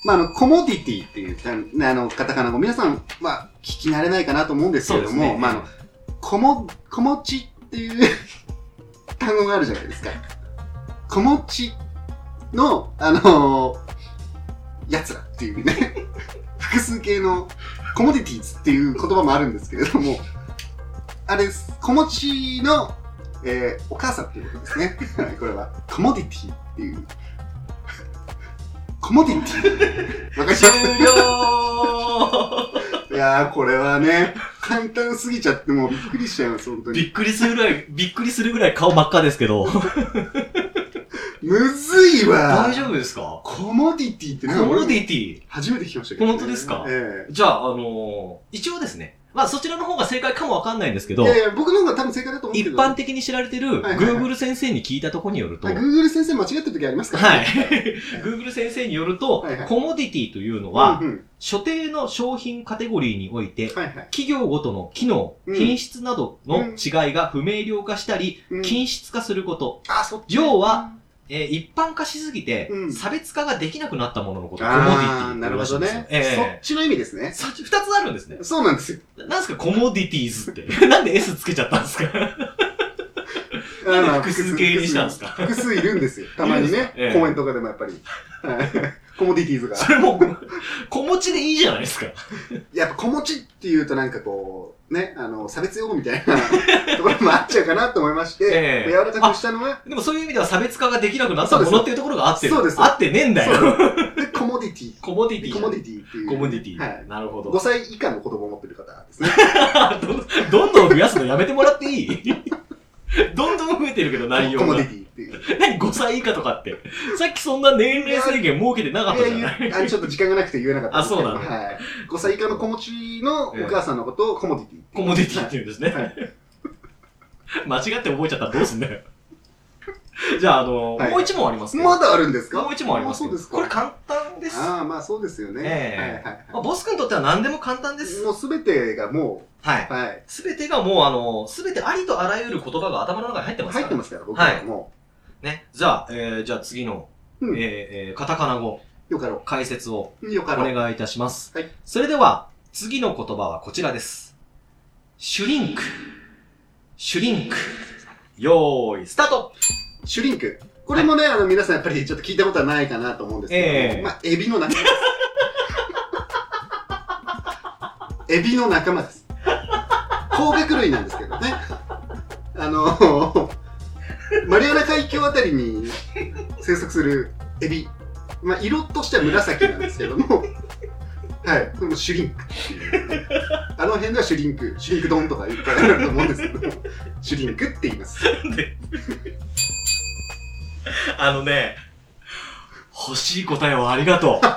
Speaker 3: まあ、あの、コモディティっていう、あの、カタカナ語、皆さん、まあ、聞き慣れないかなと思うんですけれども、まあ、あの、こも、こもちっていう 単語があるじゃないですか。こもちの、あのー、やつらっていうね、 複数形のコモディティーズっていう言葉もあるんですけれども、あれです。こもちの、えーお母さんっていうことですね。 はいこれは、コモディティっていう。コモディティ。わかります
Speaker 2: 終了
Speaker 3: いやー、これはね、簡単すぎちゃって、もうびっくりしちゃいます、本当に。
Speaker 2: びっくりするぐらい、びっくりするぐらい顔真っ赤ですけど。
Speaker 3: むずいわ
Speaker 2: 大丈夫ですか
Speaker 3: コモディティって
Speaker 2: コ
Speaker 3: なんか
Speaker 2: モ
Speaker 3: 俺
Speaker 2: ディティ。
Speaker 3: 初めて聞きましたけど、
Speaker 2: 本当ですか
Speaker 3: ええ
Speaker 2: じゃあ、あのー、一応ですね、まあそちらの方が正解かもわかんないんですけど
Speaker 3: い、やいや、僕の方が多分正解だと思うけ
Speaker 2: 一
Speaker 3: ど。
Speaker 2: 般的に知られてる
Speaker 3: はいはいはい
Speaker 2: Google 先生に聞いたところによると、
Speaker 3: あ
Speaker 2: はい。
Speaker 3: Google 先生間違ってる時ありますから
Speaker 2: Google 先生によると
Speaker 3: はいは、い
Speaker 2: コモディティというのは
Speaker 3: う、んうん
Speaker 2: 所定の商品カテゴリーにおいて、
Speaker 3: はいはい。
Speaker 2: 企業ごとの機能、
Speaker 3: うん
Speaker 2: 品質などの違いが不明瞭化したり、
Speaker 3: うん
Speaker 2: 均質化すること、
Speaker 3: あ、そっち。
Speaker 2: 要は、えー一般化しすぎて、
Speaker 3: うん
Speaker 2: 差別化ができなくなったもののことをコモディテ
Speaker 3: あ
Speaker 2: ィ
Speaker 3: ー、
Speaker 2: って言
Speaker 3: なる
Speaker 2: う
Speaker 3: ほ
Speaker 2: らしい
Speaker 3: ど
Speaker 2: んですよ
Speaker 3: ね。。そ
Speaker 2: え
Speaker 3: っちの意味ですね
Speaker 2: え。そっち二つあるんですね。
Speaker 3: そうなんですよ。
Speaker 2: なんですか、コモディティーズって。 なんで S つけちゃったんですかなんで複数形にしたんですか
Speaker 3: 複数いるんですよ。たま
Speaker 2: いる
Speaker 3: に
Speaker 2: んです
Speaker 3: ね
Speaker 2: かええ。
Speaker 3: 公演とかでもやっぱり。はいコモディティーズが。
Speaker 2: それもう、小持ちでいいじゃないですか。
Speaker 3: やっぱ、子持ちっていうとなんかこう、ね、あの、差別用語みたいな ところもあっちゃうかなと思いまして、
Speaker 2: ええ
Speaker 3: 柔らかくしたのは、
Speaker 2: でもそういう意味では差別化ができなくなったも
Speaker 3: そうです
Speaker 2: のっていうところが合ってる。
Speaker 3: そうです
Speaker 2: 合ってねえんだよ。
Speaker 3: でコモディティ。
Speaker 2: コモディティー。
Speaker 3: コモディティっていう。
Speaker 2: コモディティー。
Speaker 3: はい。
Speaker 2: なるほど。
Speaker 3: 5歳以下の子供を持ってる方ですね。
Speaker 2: どんどん増やすのやめてもらってい いどんどん増えてるけど、内容
Speaker 3: コモ
Speaker 2: が
Speaker 3: ディ。ティっていう。
Speaker 2: 何5歳以下とかって。さっきそんな年齢制限設けてなかったじゃない
Speaker 3: いやあのちょっと時間がなくて言えなかったんですけ
Speaker 2: あ
Speaker 3: ど。
Speaker 2: そうなの
Speaker 3: はい。5歳以下の子持ちのお母さんのことをコモディティ。
Speaker 2: コモディティって言うんですね。
Speaker 3: はい
Speaker 2: 間違って覚えちゃったらどうすんだよ。じゃあ、あの、
Speaker 3: はい
Speaker 2: もう一問ありますけど
Speaker 3: まだあるんですか
Speaker 2: もう一問ありますけ
Speaker 3: そう
Speaker 2: ど
Speaker 3: ですか。
Speaker 2: これ簡単です。
Speaker 3: ああ、まあそうですよね。
Speaker 2: ええ
Speaker 3: はいはい
Speaker 2: まあ
Speaker 3: は
Speaker 2: ボス君にとっては何でも簡単で
Speaker 3: い。
Speaker 2: す。
Speaker 3: もうすべてがも
Speaker 2: は
Speaker 3: う、
Speaker 2: い。
Speaker 3: はい。
Speaker 2: すべてがもう、あの、すべてありとあらゆる言葉が頭の中に入ってますか
Speaker 3: 入
Speaker 2: ら。
Speaker 3: ってますから、僕はも
Speaker 2: ね。じゃあ、えー、じゃあ次の、
Speaker 3: うん
Speaker 2: えーえーカタカナ語、
Speaker 3: う。よかろ
Speaker 2: 解説を
Speaker 3: う。よか
Speaker 2: お
Speaker 3: ろう。
Speaker 2: 願いいたします。
Speaker 3: はい
Speaker 2: それでは、次の言葉はこちらです。シュリンク。シュリンク。よーい、スタート
Speaker 3: シュリンク。これもね、あの、皆さんやっぱりちょっと聞いたことはないかなと思うんですけ
Speaker 2: ええ
Speaker 3: ど、まあ、エビの仲間 です。エビの仲間です。甲殻類なんですけどね。あの、マリアナ海峡あたりに生息するエビ。まあ、色としては紫なんですけども、はい、これもシュリンクっていうね、あの辺ではシュリンク、シュリンク丼とかいっぱいあると思うんですけど、シュリンクって言います。
Speaker 2: あのね、欲しい答えをありがとう。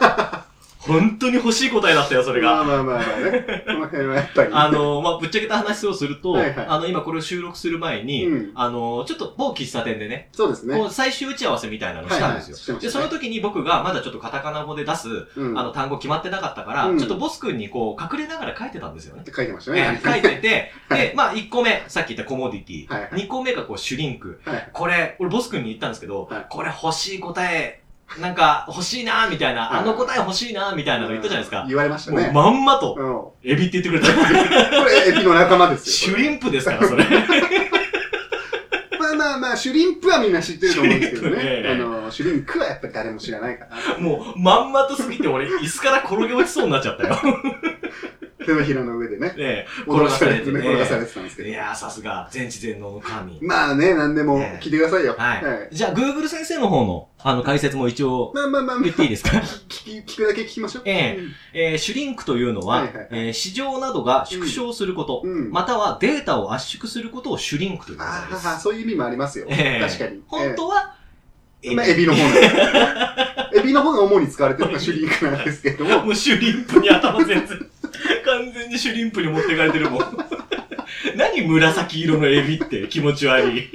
Speaker 2: 本当に欲しい答えだったよ、それ
Speaker 3: ま
Speaker 2: が。
Speaker 3: あまあまあまあね。この辺はやっぱり。
Speaker 2: あの、まあ、ぶっちゃけた話をすると、
Speaker 3: はいはい
Speaker 2: あの、今これを収録する前に、
Speaker 3: うん
Speaker 2: あの、ちょっと某喫茶店でね、
Speaker 3: そうですね。
Speaker 2: こう最終打ち合わせみたいなのをしたんですよ。
Speaker 3: はいはいし
Speaker 2: で、
Speaker 3: てまし
Speaker 2: そ
Speaker 3: た
Speaker 2: の
Speaker 3: ね
Speaker 2: 時に僕がまだちょっとカタカナ語で出す、
Speaker 3: うん
Speaker 2: あの、単語決まってなかったから、
Speaker 3: うん
Speaker 2: ちょっとボス君にこう、隠れながら書いてたんですよね
Speaker 3: っ。て書いてました
Speaker 2: え
Speaker 3: ね
Speaker 2: ー。書いてて、で、まあ、1個目、さっき言ったコモディティ。
Speaker 3: はいはい
Speaker 2: 2個目がこう、シュリンク。
Speaker 3: はい
Speaker 2: これ、俺ボス君に言ったんですけど、
Speaker 3: はい
Speaker 2: これ欲しい答え、なんか欲しいなみたいな、
Speaker 3: はい
Speaker 2: あの答え欲しいなみたいなの言ったじゃないですか。
Speaker 3: 言われました
Speaker 2: も
Speaker 3: ね。
Speaker 2: うまんまと、
Speaker 3: うん
Speaker 2: エビって言ってくれ た。
Speaker 3: これ、エビの仲間です
Speaker 2: シ
Speaker 3: よ。
Speaker 2: ュ
Speaker 3: これ
Speaker 2: リンプですから、それ。
Speaker 3: まあまあまあ、シュリンプはみんな知ってると思うんですけ
Speaker 2: シュリ
Speaker 3: ど
Speaker 2: ン
Speaker 3: ね。
Speaker 2: プ
Speaker 3: あ
Speaker 2: ね
Speaker 3: の、シュリンクはやっぱり誰も知らないから。
Speaker 2: もう、まんまとすぎて俺、椅子から転げ落ちそうになっちゃった よ。
Speaker 3: 手のひらの上でね、
Speaker 2: ねえ
Speaker 3: 転がされて
Speaker 2: て
Speaker 3: ね、
Speaker 2: ね
Speaker 3: 転がされてたんですけ
Speaker 2: い
Speaker 3: ど。
Speaker 2: やー、さすが、全知全能の神。
Speaker 3: まあね、何でも聞いてくださいよ。
Speaker 2: はい。
Speaker 3: はい
Speaker 2: じゃあ、Google 先生の方の、あの、解説も一応、
Speaker 3: まあまあまあまあ
Speaker 2: 言っていいです か
Speaker 3: 聞き聞くだけ聞きましょう。
Speaker 2: ええーシュリンクというのは、
Speaker 3: はいはいはい
Speaker 2: えー市場などが縮小すること、
Speaker 3: うん
Speaker 2: またはデータを圧縮することをシュリンクという
Speaker 3: あ
Speaker 2: んです。
Speaker 3: あ、そういう意味もありますよ。
Speaker 2: ええ
Speaker 3: 確かに。
Speaker 2: 本当は、
Speaker 3: ええまあエビの方なんです。エビの方が主に使われてるのがシュリンクなんですけれども、
Speaker 2: もうシュリンプに頭全然、完全にシュリンプに持ってかれてるもん。 何紫色のエビって気持ち悪い。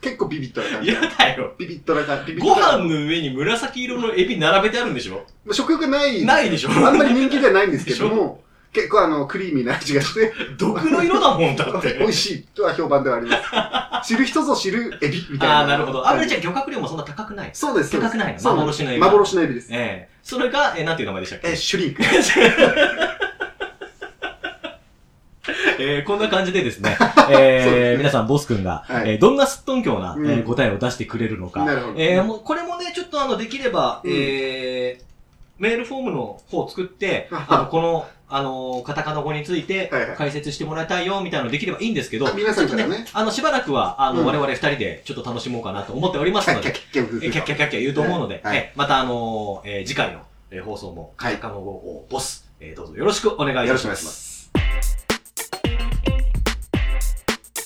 Speaker 3: 結構ビビッとな感じ。
Speaker 2: やだよ。
Speaker 3: ビビッとな感じ。ビビ
Speaker 2: ご
Speaker 3: ッとな
Speaker 2: 飯の上に紫色のエビ並べてあるんでしょ
Speaker 3: まあ食欲ない。
Speaker 2: ないでしょ
Speaker 3: あんまり人気ではないんですけども、結構あの、クリーミーな味がして、
Speaker 2: 毒の色だもんだっ
Speaker 3: 美
Speaker 2: て。
Speaker 3: 味しいとは評判ではあります。知る人ぞ知るエビみたいな。
Speaker 2: ああ、なるほど。あんまりじ
Speaker 3: ゃ
Speaker 2: ゃあ漁獲量もそんな高くない。
Speaker 3: そうです。そうで
Speaker 2: 高
Speaker 3: す
Speaker 2: くないの
Speaker 3: そう
Speaker 2: 幻のエビ
Speaker 3: 幻のエビです。
Speaker 2: ええそれが、えーなんていう名前でしたっけ
Speaker 3: え、シュリンク。
Speaker 2: えーこんな感じでです ね、えー
Speaker 3: そうですね
Speaker 2: 皆さん、ボス君が、
Speaker 3: はい
Speaker 2: えーどんなすっとんきょうな、
Speaker 3: うん
Speaker 2: えー答えを出してくれるのか、
Speaker 3: なるほど。
Speaker 2: えーもうこれもね、ちょっとあの、できれば、
Speaker 3: うん
Speaker 2: えーメールフォームの方を作って、
Speaker 3: あ
Speaker 2: あの、この、あの、カタカナ語について
Speaker 3: はいはい
Speaker 2: 解説してもらいたいよ、みたいなのできればいいんですけど、
Speaker 3: あ皆さん
Speaker 2: ちょ
Speaker 3: か
Speaker 2: っ
Speaker 3: ら
Speaker 2: と
Speaker 3: ね
Speaker 2: ね、あの、しばらくは、あの、
Speaker 3: うん
Speaker 2: 我々二人でちょっと楽しもうかなと思っております
Speaker 3: キャ
Speaker 2: の
Speaker 3: ッキ
Speaker 2: で
Speaker 3: ャ、ッキャッキャッキ
Speaker 2: え
Speaker 3: ャッ
Speaker 2: キャッキャッキャッキャ言うと思うので、
Speaker 3: はい
Speaker 2: えまたあのーえー次回の、えー放送も、
Speaker 3: はい
Speaker 2: カタカナ語をボス、えーどうぞよろしくお願いいたし
Speaker 3: よ
Speaker 2: ま
Speaker 3: ろし
Speaker 2: す。
Speaker 3: くお願いし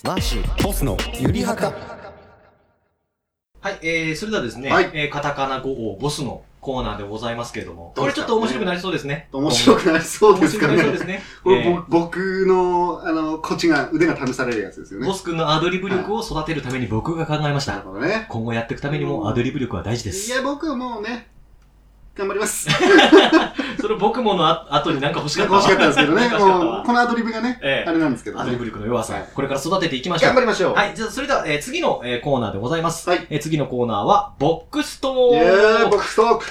Speaker 3: ま
Speaker 4: マーシーボスのゆりはか
Speaker 2: はい、えー、それではですね、
Speaker 3: はい
Speaker 2: えーカタカナ語をボスのコーナーでございますけれども、
Speaker 3: ど
Speaker 2: こ
Speaker 3: う
Speaker 2: れち
Speaker 3: です
Speaker 2: ょっ
Speaker 3: か
Speaker 2: と面白くなりそうですね。
Speaker 3: 面白くなりそうですか
Speaker 2: 面白くなりそうで
Speaker 3: ね。
Speaker 2: すね。
Speaker 3: これ、
Speaker 2: えー
Speaker 3: ぼ僕の、あの、こっちが、腕が試されるやつですよね。
Speaker 2: ボス君のアドリブ力を育てるために僕が考えまし
Speaker 3: なる
Speaker 2: た。
Speaker 3: ほどね。
Speaker 2: 今後やっていくためにもアドリブ力は大事で
Speaker 3: い
Speaker 2: す。
Speaker 3: や、僕はもうね、頑張 ります。
Speaker 2: それ僕ものあ後になんか欲しかったわ。
Speaker 3: 欲しかったんですけど
Speaker 2: な
Speaker 3: ね
Speaker 2: ん。か欲しかった
Speaker 3: もう、
Speaker 2: わ
Speaker 3: このアドリブがね、
Speaker 2: ええ
Speaker 3: あれなんですけど
Speaker 2: アドリ
Speaker 3: ね
Speaker 2: ブ。力の弱さ、
Speaker 3: はい
Speaker 2: これから育てていきましょう
Speaker 3: 頑張。りましょう。
Speaker 2: はい、じゃあ、それでは、えー次の、えーコーナーでございます。
Speaker 3: はい
Speaker 2: えー次のコーナーは、ボックスト
Speaker 3: イェー
Speaker 2: ー
Speaker 3: イ
Speaker 2: ク。
Speaker 3: ボックストーク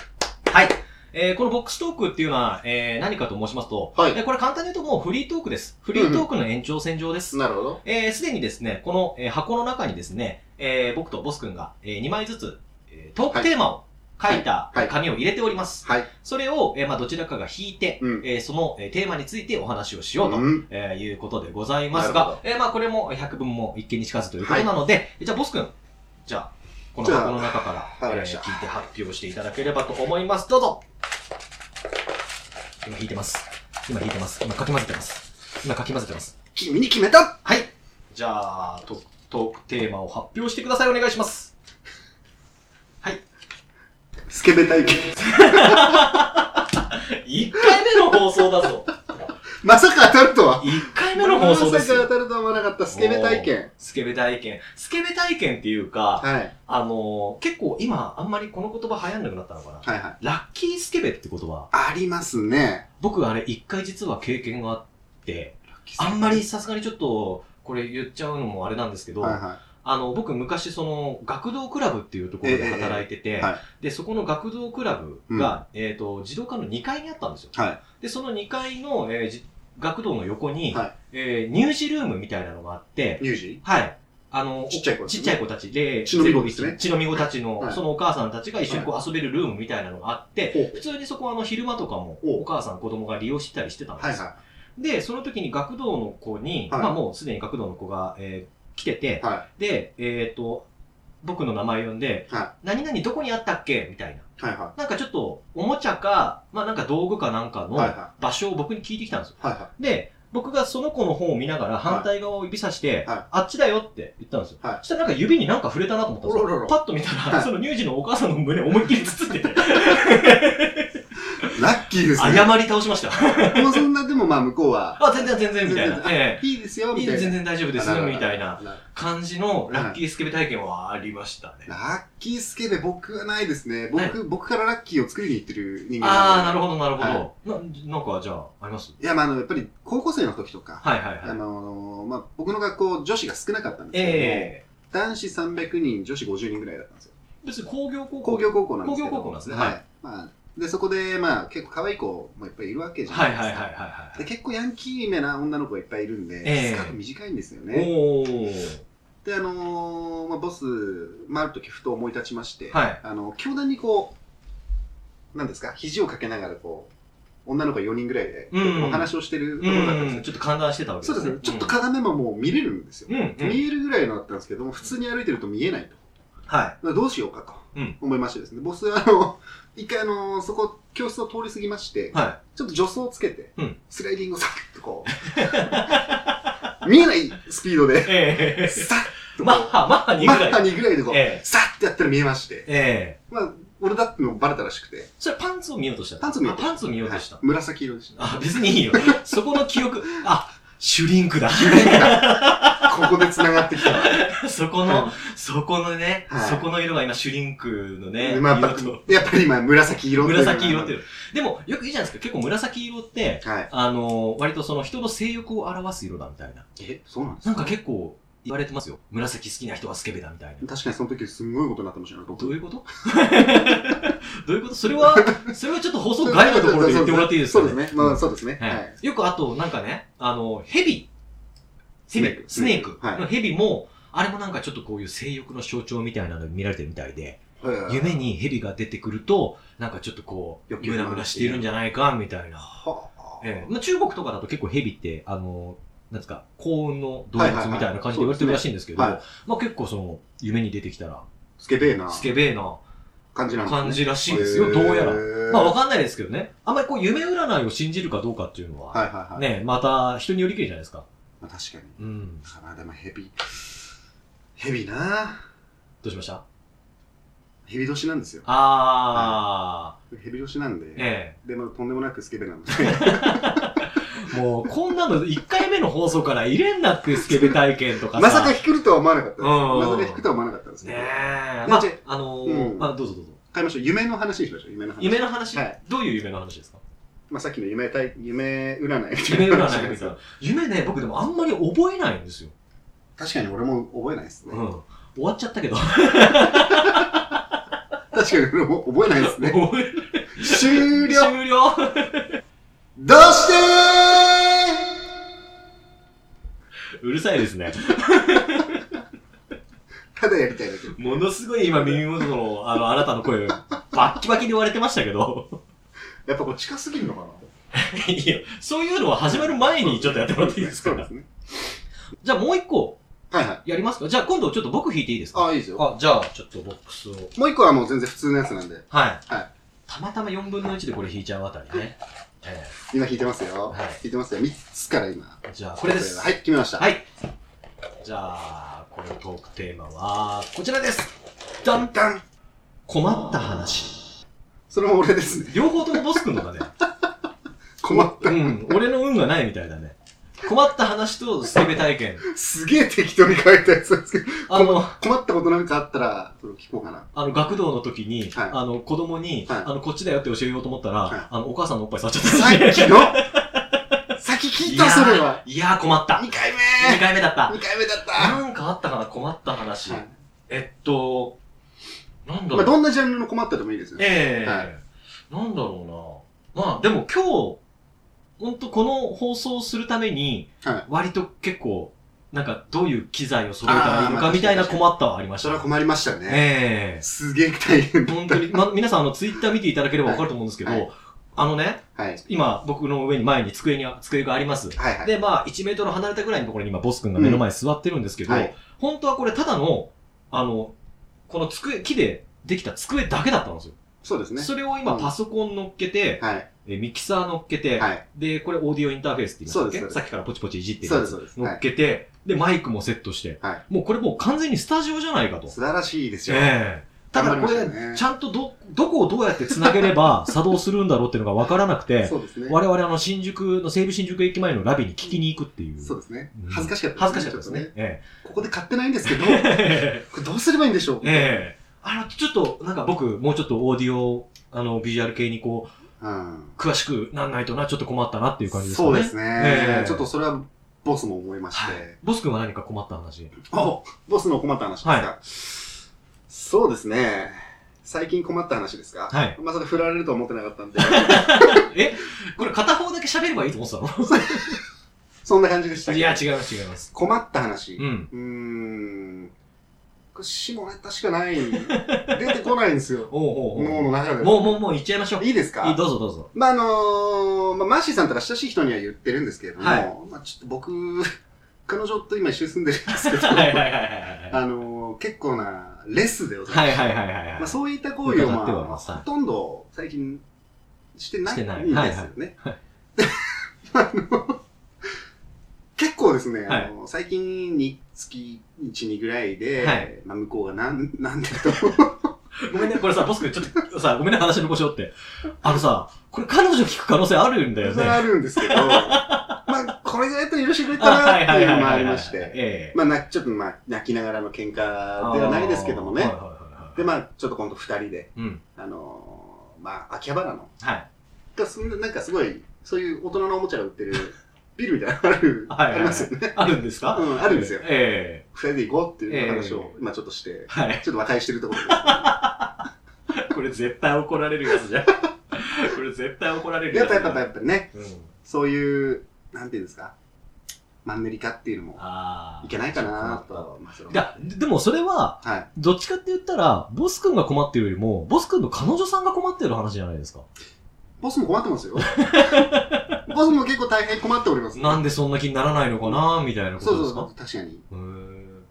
Speaker 2: はい。えーこのボックストークっていうのは、えー何かと申しますと、
Speaker 3: はい
Speaker 2: えーこれ簡単に言うともうフリートークです。フリートークの延長線上です。
Speaker 3: なるほど。
Speaker 2: えーすでにですね、この、えー箱の中にですね、えー僕とボス君が、え2枚ずつ、えートークテーマを書いた、
Speaker 3: はいはい
Speaker 2: えー紙を入れております。
Speaker 3: はい。
Speaker 2: それを、えーまあ、どちらかが引いて、
Speaker 3: うん
Speaker 2: えーその、えーテーマについてお話をしようと
Speaker 3: うん
Speaker 2: えーいうことでございます
Speaker 3: なる
Speaker 2: が、えーまあこれも100分も一見にしかずということなので、えじゃあボス君、じゃあ、この
Speaker 3: じゃあ
Speaker 2: 箱の中から、
Speaker 3: わかり
Speaker 2: えー
Speaker 3: ました
Speaker 2: 聞いて発表していただければと思います。どうぞ今引いてます。今引いてます。今かき混ぜてます。今かき混ぜてます。
Speaker 3: 君に決めた
Speaker 2: はい。じゃあ、トトークテーマを発表してください。お願いし ます。
Speaker 3: スケベ体験。
Speaker 2: 1回目の放送だ ぞ。
Speaker 3: まさか当たるとは。
Speaker 2: 1回目の放
Speaker 3: ま
Speaker 2: 送
Speaker 3: さ
Speaker 2: で
Speaker 3: か
Speaker 2: すよ
Speaker 3: 当たるとは思わなかった。スケベ体験。。
Speaker 2: スケベ体験。スケベ体験っていうか、
Speaker 3: はい。
Speaker 2: あのー結構今、あんまりこの言葉流行んなくなったのかな。
Speaker 3: はいはい。
Speaker 2: ラッキースケベって言葉、
Speaker 3: ありますね。
Speaker 2: 僕あれ一回実は経験があって、あんまりさすがにちょっと、これ言っちゃうのもあれなんですけど、
Speaker 3: はいは
Speaker 2: あの、僕昔その、学童クラブっていうところで働いてて、
Speaker 3: ええはい
Speaker 2: で、そこの学童クラブが、えっ、と、児童館の2階にあったんですよ。
Speaker 3: い。はい。
Speaker 2: で、その2階の、えーじ学童の横に、
Speaker 3: はい
Speaker 2: えー乳児ルームみたいなのがあって、
Speaker 3: 乳児
Speaker 2: はい。あの、
Speaker 3: ちっちゃい子ですね
Speaker 2: ちっちゃい子たちで、
Speaker 3: 血のみ子ですね
Speaker 2: 血のみ子たちの、
Speaker 3: はい
Speaker 2: そのお母さんたちが一緒にこう遊べるルームみたいなのがあって、
Speaker 3: ほうほう
Speaker 2: 普通にそこはあの昼間とかも
Speaker 3: ほう
Speaker 2: お母さん子供が利用してたりしてたんです
Speaker 3: は
Speaker 2: よ
Speaker 3: いは
Speaker 2: で、その時に学童の子に、
Speaker 3: はい
Speaker 2: まあもうすでに学童の子が、えー来てて、
Speaker 3: い。は
Speaker 2: で、えっ、と、僕の名前呼んで、
Speaker 3: は
Speaker 2: 何々どこにあったっけみたいな。
Speaker 3: い。はいは
Speaker 2: なんかちょっと、おもちゃか、まあなんか道具かなんか
Speaker 3: い。
Speaker 2: の
Speaker 3: はいは
Speaker 2: 場所を僕に聞いてきたんですよ。
Speaker 3: い。はいは
Speaker 2: で、僕がその子の方を見ながら反対側を指さして、
Speaker 3: はい
Speaker 2: あっちだよって言ったんですよ。
Speaker 3: はい
Speaker 2: そしたらなんか指になんか触れたなと思ったんですよ。
Speaker 3: おろろろ
Speaker 2: パッと見たら、
Speaker 3: はい
Speaker 2: その乳児のお母さんの胸を思いっきりつつってて、
Speaker 3: い。ラッキーですね。
Speaker 2: 謝り倒しました。
Speaker 3: もうそんな、でもまあ向こうは、
Speaker 2: あ、全然全然みたいな。え
Speaker 3: いいですよ、
Speaker 2: え。い
Speaker 3: み
Speaker 2: い
Speaker 3: たいな。
Speaker 2: 全然大丈夫です
Speaker 3: あららら
Speaker 2: みたいな感じのラッキースケベ体験はありましたね。
Speaker 3: ラッキースケベ、僕はないですね。僕、
Speaker 2: ない
Speaker 3: 僕からラッキーを作りに行ってる人間
Speaker 2: ああ、な
Speaker 3: んで
Speaker 2: るほど、なるほど。ななんか、じゃあ、あります
Speaker 3: いや、まあ、あの、やっぱり高校生の時とか、
Speaker 2: はいはい
Speaker 3: あ
Speaker 2: はい。
Speaker 3: のーまあ、僕の学校、女子が少なかったんですけど、
Speaker 2: ええ。
Speaker 3: 男子300人、女子50人ぐらいだったんですよ。
Speaker 2: 別に工業高校。
Speaker 3: 工業高校なんですけど。
Speaker 2: 工業高校なんですね
Speaker 3: はい。
Speaker 2: はい
Speaker 3: まあ、で、そこで、まあ、結構可愛い子もいっぱいいるわけじゃな
Speaker 2: はいい
Speaker 3: ですか。
Speaker 2: はいはいはいは
Speaker 3: で結構ヤンキーめな女の子がいっぱいいるんで、
Speaker 2: ええ
Speaker 3: スカート短いんですよ
Speaker 2: い。
Speaker 3: ね。
Speaker 2: おー。
Speaker 3: で、あのーまあ、ボス、まあ、ある時ふと思い立ちまして、
Speaker 2: はい
Speaker 3: あの、教団にこう、なんですか、肘をかけながらこう、女の子4人ぐらいで、
Speaker 2: うん
Speaker 3: お話をしてるところだったんですよ。
Speaker 2: うん、ちょっと寒暖してたわけ
Speaker 3: そうですね、ちょっと
Speaker 2: か、
Speaker 3: 片目ももう見れるんですよ。
Speaker 2: うん、うん、
Speaker 3: 見えるぐらいのだったんですけども、普通に歩いてると見えないと。だ
Speaker 2: はい。
Speaker 3: からどうしようかと
Speaker 2: うん
Speaker 3: 思いましてですね、ボス、あの、一回あの、そこ、教室を通り過ぎまして、
Speaker 2: は
Speaker 3: ちょっと助走をつけて、
Speaker 2: うん
Speaker 3: スライディングをサッとこう、見えないスピード
Speaker 2: い。
Speaker 3: で、
Speaker 2: ええ
Speaker 3: サッとこう、
Speaker 2: マッハ、マッハ2ぐ
Speaker 3: マ
Speaker 2: ら
Speaker 3: ッ
Speaker 2: い。
Speaker 3: ハ2ぐらいでこう、
Speaker 2: ええ
Speaker 3: サッとやったら見えまして、
Speaker 2: ええ
Speaker 3: まあ、俺だってのもバレたらしくて、
Speaker 2: それパンツを見ようとした
Speaker 3: パンツを見ようと
Speaker 2: あパンツを見ようとした。
Speaker 3: はい紫色でした。
Speaker 2: あ、別にいいよ。そこの記憶、あ、シュリンクだ。
Speaker 3: ここで繋がって きた。
Speaker 2: そこの、そこのね、
Speaker 3: はい
Speaker 2: そこの色が今シュリンクのね、
Speaker 3: まあ、や
Speaker 2: 色
Speaker 3: っぱ
Speaker 2: と、
Speaker 3: やっぱり今、紫色っていうのが
Speaker 2: 紫色っていう。でも、よく言うじゃないですか。結構紫色って、
Speaker 3: はい。
Speaker 2: あの、割とその人の性欲を表す色だみたいな。
Speaker 3: え、そうなんです
Speaker 2: なんか結構言われてますよ。紫好きな人はスケベだみたいな。
Speaker 3: 確かにその時すんごいことになってましたね、僕
Speaker 2: どういうこと どういうことそれは、それはちょっと放送外のところで言ってもらっていいですかね
Speaker 3: そうですね。まあ、そうですね。は
Speaker 2: はいい。よくあと、なんかね、あの、ヘビ。ヘビ。
Speaker 3: ス
Speaker 2: ス
Speaker 3: ネ
Speaker 2: ネ
Speaker 3: ー
Speaker 2: ー
Speaker 3: ク
Speaker 2: ク。
Speaker 3: はい
Speaker 2: のヘビも、あれもなんかちょっとこういう性欲の象徴みたいなのが見られてるみたいで、
Speaker 3: はいはいはい
Speaker 2: 夢。にヘビが出てくると、なんかちょっとこう、
Speaker 3: 欲求
Speaker 2: ム
Speaker 3: が
Speaker 2: ラムラしているんじゃないか、みたいな。
Speaker 3: はあ
Speaker 2: ええまあ、中国とかだと結構ヘビって、あの、なんですか、幸運の動物みたいな感じで言われてるらしいんですけど、
Speaker 3: はいはいは
Speaker 2: まあ結構その、夢に出てきたら、
Speaker 3: スケベーな
Speaker 2: スケベーな
Speaker 3: 感じなんですね。
Speaker 2: 感じらしいですよ、どうやら。まあわ
Speaker 3: は
Speaker 2: かんないですけどね。あんまりこう夢占いを信じるかどうかっていうのは、
Speaker 3: いはいはい。
Speaker 2: ね、また人によりけりじゃないですか。
Speaker 3: まあ確かに。
Speaker 2: うん。
Speaker 3: かな、でもヘビ。ヘビな
Speaker 2: どうしました
Speaker 3: ヘビ年なんですよ。
Speaker 2: あ
Speaker 3: ヘビ年なん
Speaker 2: ー、
Speaker 3: で。
Speaker 2: え
Speaker 3: でもとんでもなくスケ ベなんで。
Speaker 2: え。もうこんなの1回目の放送から入れんなってスケベ体験とかさ。
Speaker 3: まさか引くとは思わなかったです。
Speaker 2: うん
Speaker 3: まさか引くとは思わなかったです
Speaker 2: ね
Speaker 3: ね。
Speaker 2: え。
Speaker 3: だ
Speaker 2: ま
Speaker 3: っ
Speaker 2: あ
Speaker 3: て、
Speaker 2: あの
Speaker 3: うん
Speaker 2: ー、まあどうぞどうぞ。
Speaker 3: 買いましょう。夢の話にしましょう。夢の話。
Speaker 2: 夢の話
Speaker 3: はい、
Speaker 2: どういう夢の話ですか
Speaker 3: まあさっきの夢体、夢占いみたい
Speaker 2: 夢
Speaker 3: な話
Speaker 2: 占い
Speaker 3: で
Speaker 2: み
Speaker 3: す
Speaker 2: たい な。夢ね、僕でもあんまり覚えないんですよ。
Speaker 3: 確かに俺も覚えないですね。
Speaker 2: うん。終わっちゃったけど。
Speaker 3: 確かに俺も覚えないで すね。
Speaker 2: 終
Speaker 3: 終了
Speaker 2: 終了
Speaker 3: どうして
Speaker 2: うるさいですね。
Speaker 3: ただやりたいだけ。
Speaker 2: ものすごい今耳元の、あの、あなたの声、バッキバキで割れてましたけど、
Speaker 3: やっぱこれ近すぎるのかない
Speaker 2: や、そういうのは始まる前にちょっとやってもらっていいです
Speaker 3: そうで
Speaker 2: か
Speaker 3: すね。
Speaker 2: じゃあもう一個、
Speaker 3: はいはい。
Speaker 2: やりますかじゃあ今度ちょっと僕弾いていいですか
Speaker 3: あ、いいですよ。
Speaker 2: あ、じゃあちょっとボックスを。
Speaker 3: もう一個はもう全然普通のやつなんで、
Speaker 2: はい。
Speaker 3: はい
Speaker 2: たまたま4分の1でこれ弾いちゃうあたり ね。え
Speaker 3: 今弾いてますよ。
Speaker 2: はい
Speaker 3: 弾いてますよ。3つから今。
Speaker 2: えじゃあこれです。
Speaker 3: はい、決めました。
Speaker 2: はい。じゃあ、このトークテーマは、こちらです。ダン
Speaker 3: ダン
Speaker 2: 困った話。
Speaker 3: それも俺ですね。
Speaker 2: 両方ともボス君のだね。
Speaker 3: 困っ
Speaker 2: うん、俺の運がないみたいだね。困った話とスケベ体験。
Speaker 3: た。すげえ適当に書いたやつなんですけど、
Speaker 2: あ
Speaker 3: 困
Speaker 2: の、
Speaker 3: 困ったことなんかあったら、それを聞こうかな。
Speaker 2: あの、学童の時に、
Speaker 3: はい
Speaker 2: あの、子供に、
Speaker 3: はい
Speaker 2: あの、こっちだよって教えようと思ったら、
Speaker 3: はい
Speaker 2: あの、お母さんのおっぱい触っちゃ
Speaker 3: さっ
Speaker 2: った。
Speaker 3: きのさっき聞いた、それは。
Speaker 2: いやー、困った。
Speaker 3: 2回目
Speaker 2: 2回目だった。
Speaker 3: !2 回目だった
Speaker 2: なんかあったかな困った話。
Speaker 3: はい
Speaker 2: えっと、なんだ
Speaker 3: ま
Speaker 2: ろ
Speaker 3: あ、
Speaker 2: う。
Speaker 3: どんなジャンルの困ったでもいいですよね。
Speaker 2: ええ
Speaker 3: は
Speaker 2: なんだろうな。まあ、でも今日、ほんとこの放送をするために、
Speaker 3: はい
Speaker 2: 割と結構、なんかどういう機材を揃えたらいいの
Speaker 3: あーまあ
Speaker 2: かみたいな
Speaker 3: 確かに
Speaker 2: 困ったはありまし
Speaker 3: そ
Speaker 2: たね。
Speaker 3: れは困りましたね。
Speaker 2: ええ
Speaker 3: すげえ 大変だ。
Speaker 2: 本当に、ま、皆さん、あの、ツイッター見ていただければわかると思うんですけど、
Speaker 3: はいは
Speaker 2: あのね、
Speaker 3: はい。
Speaker 2: 今、僕の上に前に机にあ、机があります。
Speaker 3: はいはい。
Speaker 2: で、まあ、1メートル離れたぐらいのところに今、ボス君が目の前に座ってるんですけど、
Speaker 3: はい
Speaker 2: 本当はこれ、ただの、あの、この机、木でできた机だけだったんですよ。
Speaker 3: そうですね。
Speaker 2: それを今、パソコン乗っけて、
Speaker 3: はい。
Speaker 2: えミキサー乗っけて、
Speaker 3: はい。
Speaker 2: で、これ、オーディオインターフェースって言いましたっ
Speaker 3: そう
Speaker 2: け
Speaker 3: です
Speaker 2: さっきからポチポチいじってる
Speaker 3: そう
Speaker 2: や
Speaker 3: で
Speaker 2: つ
Speaker 3: す、そうです。
Speaker 2: 乗
Speaker 3: は
Speaker 2: っ
Speaker 3: い。
Speaker 2: けて、で、マイクもセットして、
Speaker 3: はい
Speaker 2: もうこれもう完全にスタジオじゃないかと。
Speaker 3: 素晴らしいですよ。
Speaker 2: ええただこ
Speaker 3: 頑張
Speaker 2: れ、
Speaker 3: りましたね
Speaker 2: ちゃんとど、どこをどうやって繋げれば作動するんだろうっていうのが分からなくて、
Speaker 3: そうですね。
Speaker 2: 我々あの新宿の西武新宿駅前のラビに聞きに行くっていう。
Speaker 3: そうですね
Speaker 2: うん。
Speaker 3: 恥ずかしかった、
Speaker 2: 恥ずかしかったです
Speaker 3: ちょ
Speaker 2: ね
Speaker 3: と。
Speaker 2: え
Speaker 3: ここで買ってないんですけど、こ
Speaker 2: え。
Speaker 3: れどうすればいいんでしょう。
Speaker 2: ええ。あの、ちょっと、なんか僕、もうちょっとオーディオ、あの、ビジュアル系にこう、
Speaker 3: うん。
Speaker 2: 詳しくなんないとな、ちょっと困ったなっていう感じですかね。
Speaker 3: そうです
Speaker 2: え
Speaker 3: ね
Speaker 2: え。
Speaker 3: ちょっとそれは、ボスも思いまし
Speaker 2: は
Speaker 3: て
Speaker 2: い。。ボス君は何か困った話。
Speaker 3: おボスの困った話ですか、
Speaker 2: は
Speaker 3: そうですね。最近困った話ですか
Speaker 2: はい。
Speaker 3: まさか振られるとは思ってなかったんで、
Speaker 2: えこれ片方だけ喋ればいいと思ってた
Speaker 3: そんな感じでした
Speaker 2: の
Speaker 3: け
Speaker 2: い
Speaker 3: ど
Speaker 2: や、違います、違います。
Speaker 3: 困った話。
Speaker 2: う。
Speaker 3: うんーん。これ、下ネタしかない。出てこないんですよ。
Speaker 2: おうおう
Speaker 3: 脳
Speaker 2: お
Speaker 3: の中
Speaker 2: う。
Speaker 3: で。
Speaker 2: もう、もう、もう、行っちゃいましょう。
Speaker 3: いいですか
Speaker 2: いいどうぞどうぞ。
Speaker 3: まあ、あのーまあ、マーシーさんとか親しい人には言ってるんですけれども、
Speaker 2: はい
Speaker 3: まあ、ちょっと僕、彼女と今一緒に住んでるんですけど、
Speaker 2: はいはいはいはいはい。
Speaker 3: あのー結構なレスでございま
Speaker 2: は
Speaker 3: す。
Speaker 2: いはいはいはい。
Speaker 3: まあ、そういった行為を、
Speaker 2: 伺
Speaker 3: ま
Speaker 2: ってはま
Speaker 3: あ、
Speaker 2: す
Speaker 3: ほとんど最近してないん
Speaker 2: して
Speaker 3: ですよ
Speaker 2: ない
Speaker 3: ね。
Speaker 2: はいはいはい
Speaker 3: で あの結構ですね、
Speaker 2: はい
Speaker 3: あの最近に月1、2ぐらいで、
Speaker 2: はい
Speaker 3: まあ、向こうがなん なんでと
Speaker 2: ごめんね、これさ、ボス君、ちょっとさ、ごめんね、話の故障って。あのさ、これ彼女聞く可能性あるんだよ
Speaker 3: それは
Speaker 2: ね。
Speaker 3: あるんですけど、まあ、これぐらいだったら許してくれた
Speaker 2: あ
Speaker 3: らっていうのもありまし
Speaker 2: え
Speaker 3: て、
Speaker 2: え。
Speaker 3: まあ、なちょっとまあ泣きながらの喧嘩ではないですけども
Speaker 2: あー
Speaker 3: ね
Speaker 2: はい、はいはいはい
Speaker 3: でまあ、ちょっと今度2人で、
Speaker 2: うん。
Speaker 3: あのーまあ、秋葉原の
Speaker 2: はい。
Speaker 3: がそんななんかすごい、そういう大人のおもちゃが売って るビルみたいなのある、
Speaker 2: はいはいはい
Speaker 3: ありますよね。
Speaker 2: あるんですか
Speaker 3: うん、あるんですよ。
Speaker 2: ええ。
Speaker 3: 二人で行こうっていう話
Speaker 2: え
Speaker 3: を今ちょっとして、
Speaker 2: はい。
Speaker 3: ちょっと和解してる ところで。
Speaker 2: これ絶対怒られるやつじゃん。これ絶対怒られる
Speaker 3: や
Speaker 2: や
Speaker 3: っ
Speaker 2: つじ
Speaker 3: ぱ
Speaker 2: ゃ
Speaker 3: や
Speaker 2: ん。
Speaker 3: っぱやっぱね、
Speaker 2: うん。
Speaker 3: そういう、なんていうんですか、マンネリ化っていうのも
Speaker 2: ああ。
Speaker 3: いけないかなとは、まあそれ
Speaker 2: い
Speaker 3: は
Speaker 2: や、でもそれは、
Speaker 3: はい。
Speaker 2: どっちかって言ったら、ボス君が困ってるよりも、ボス君の彼女さんが困ってる話じゃないですか。
Speaker 3: ボスも困ってます よ。ボスも結構大変困っております。
Speaker 2: なんでそんな気にならないのかなみたいなこ
Speaker 3: そ
Speaker 2: と
Speaker 3: うそ
Speaker 2: で
Speaker 3: う
Speaker 2: す
Speaker 3: そう
Speaker 2: か。
Speaker 3: 確かに。
Speaker 2: へー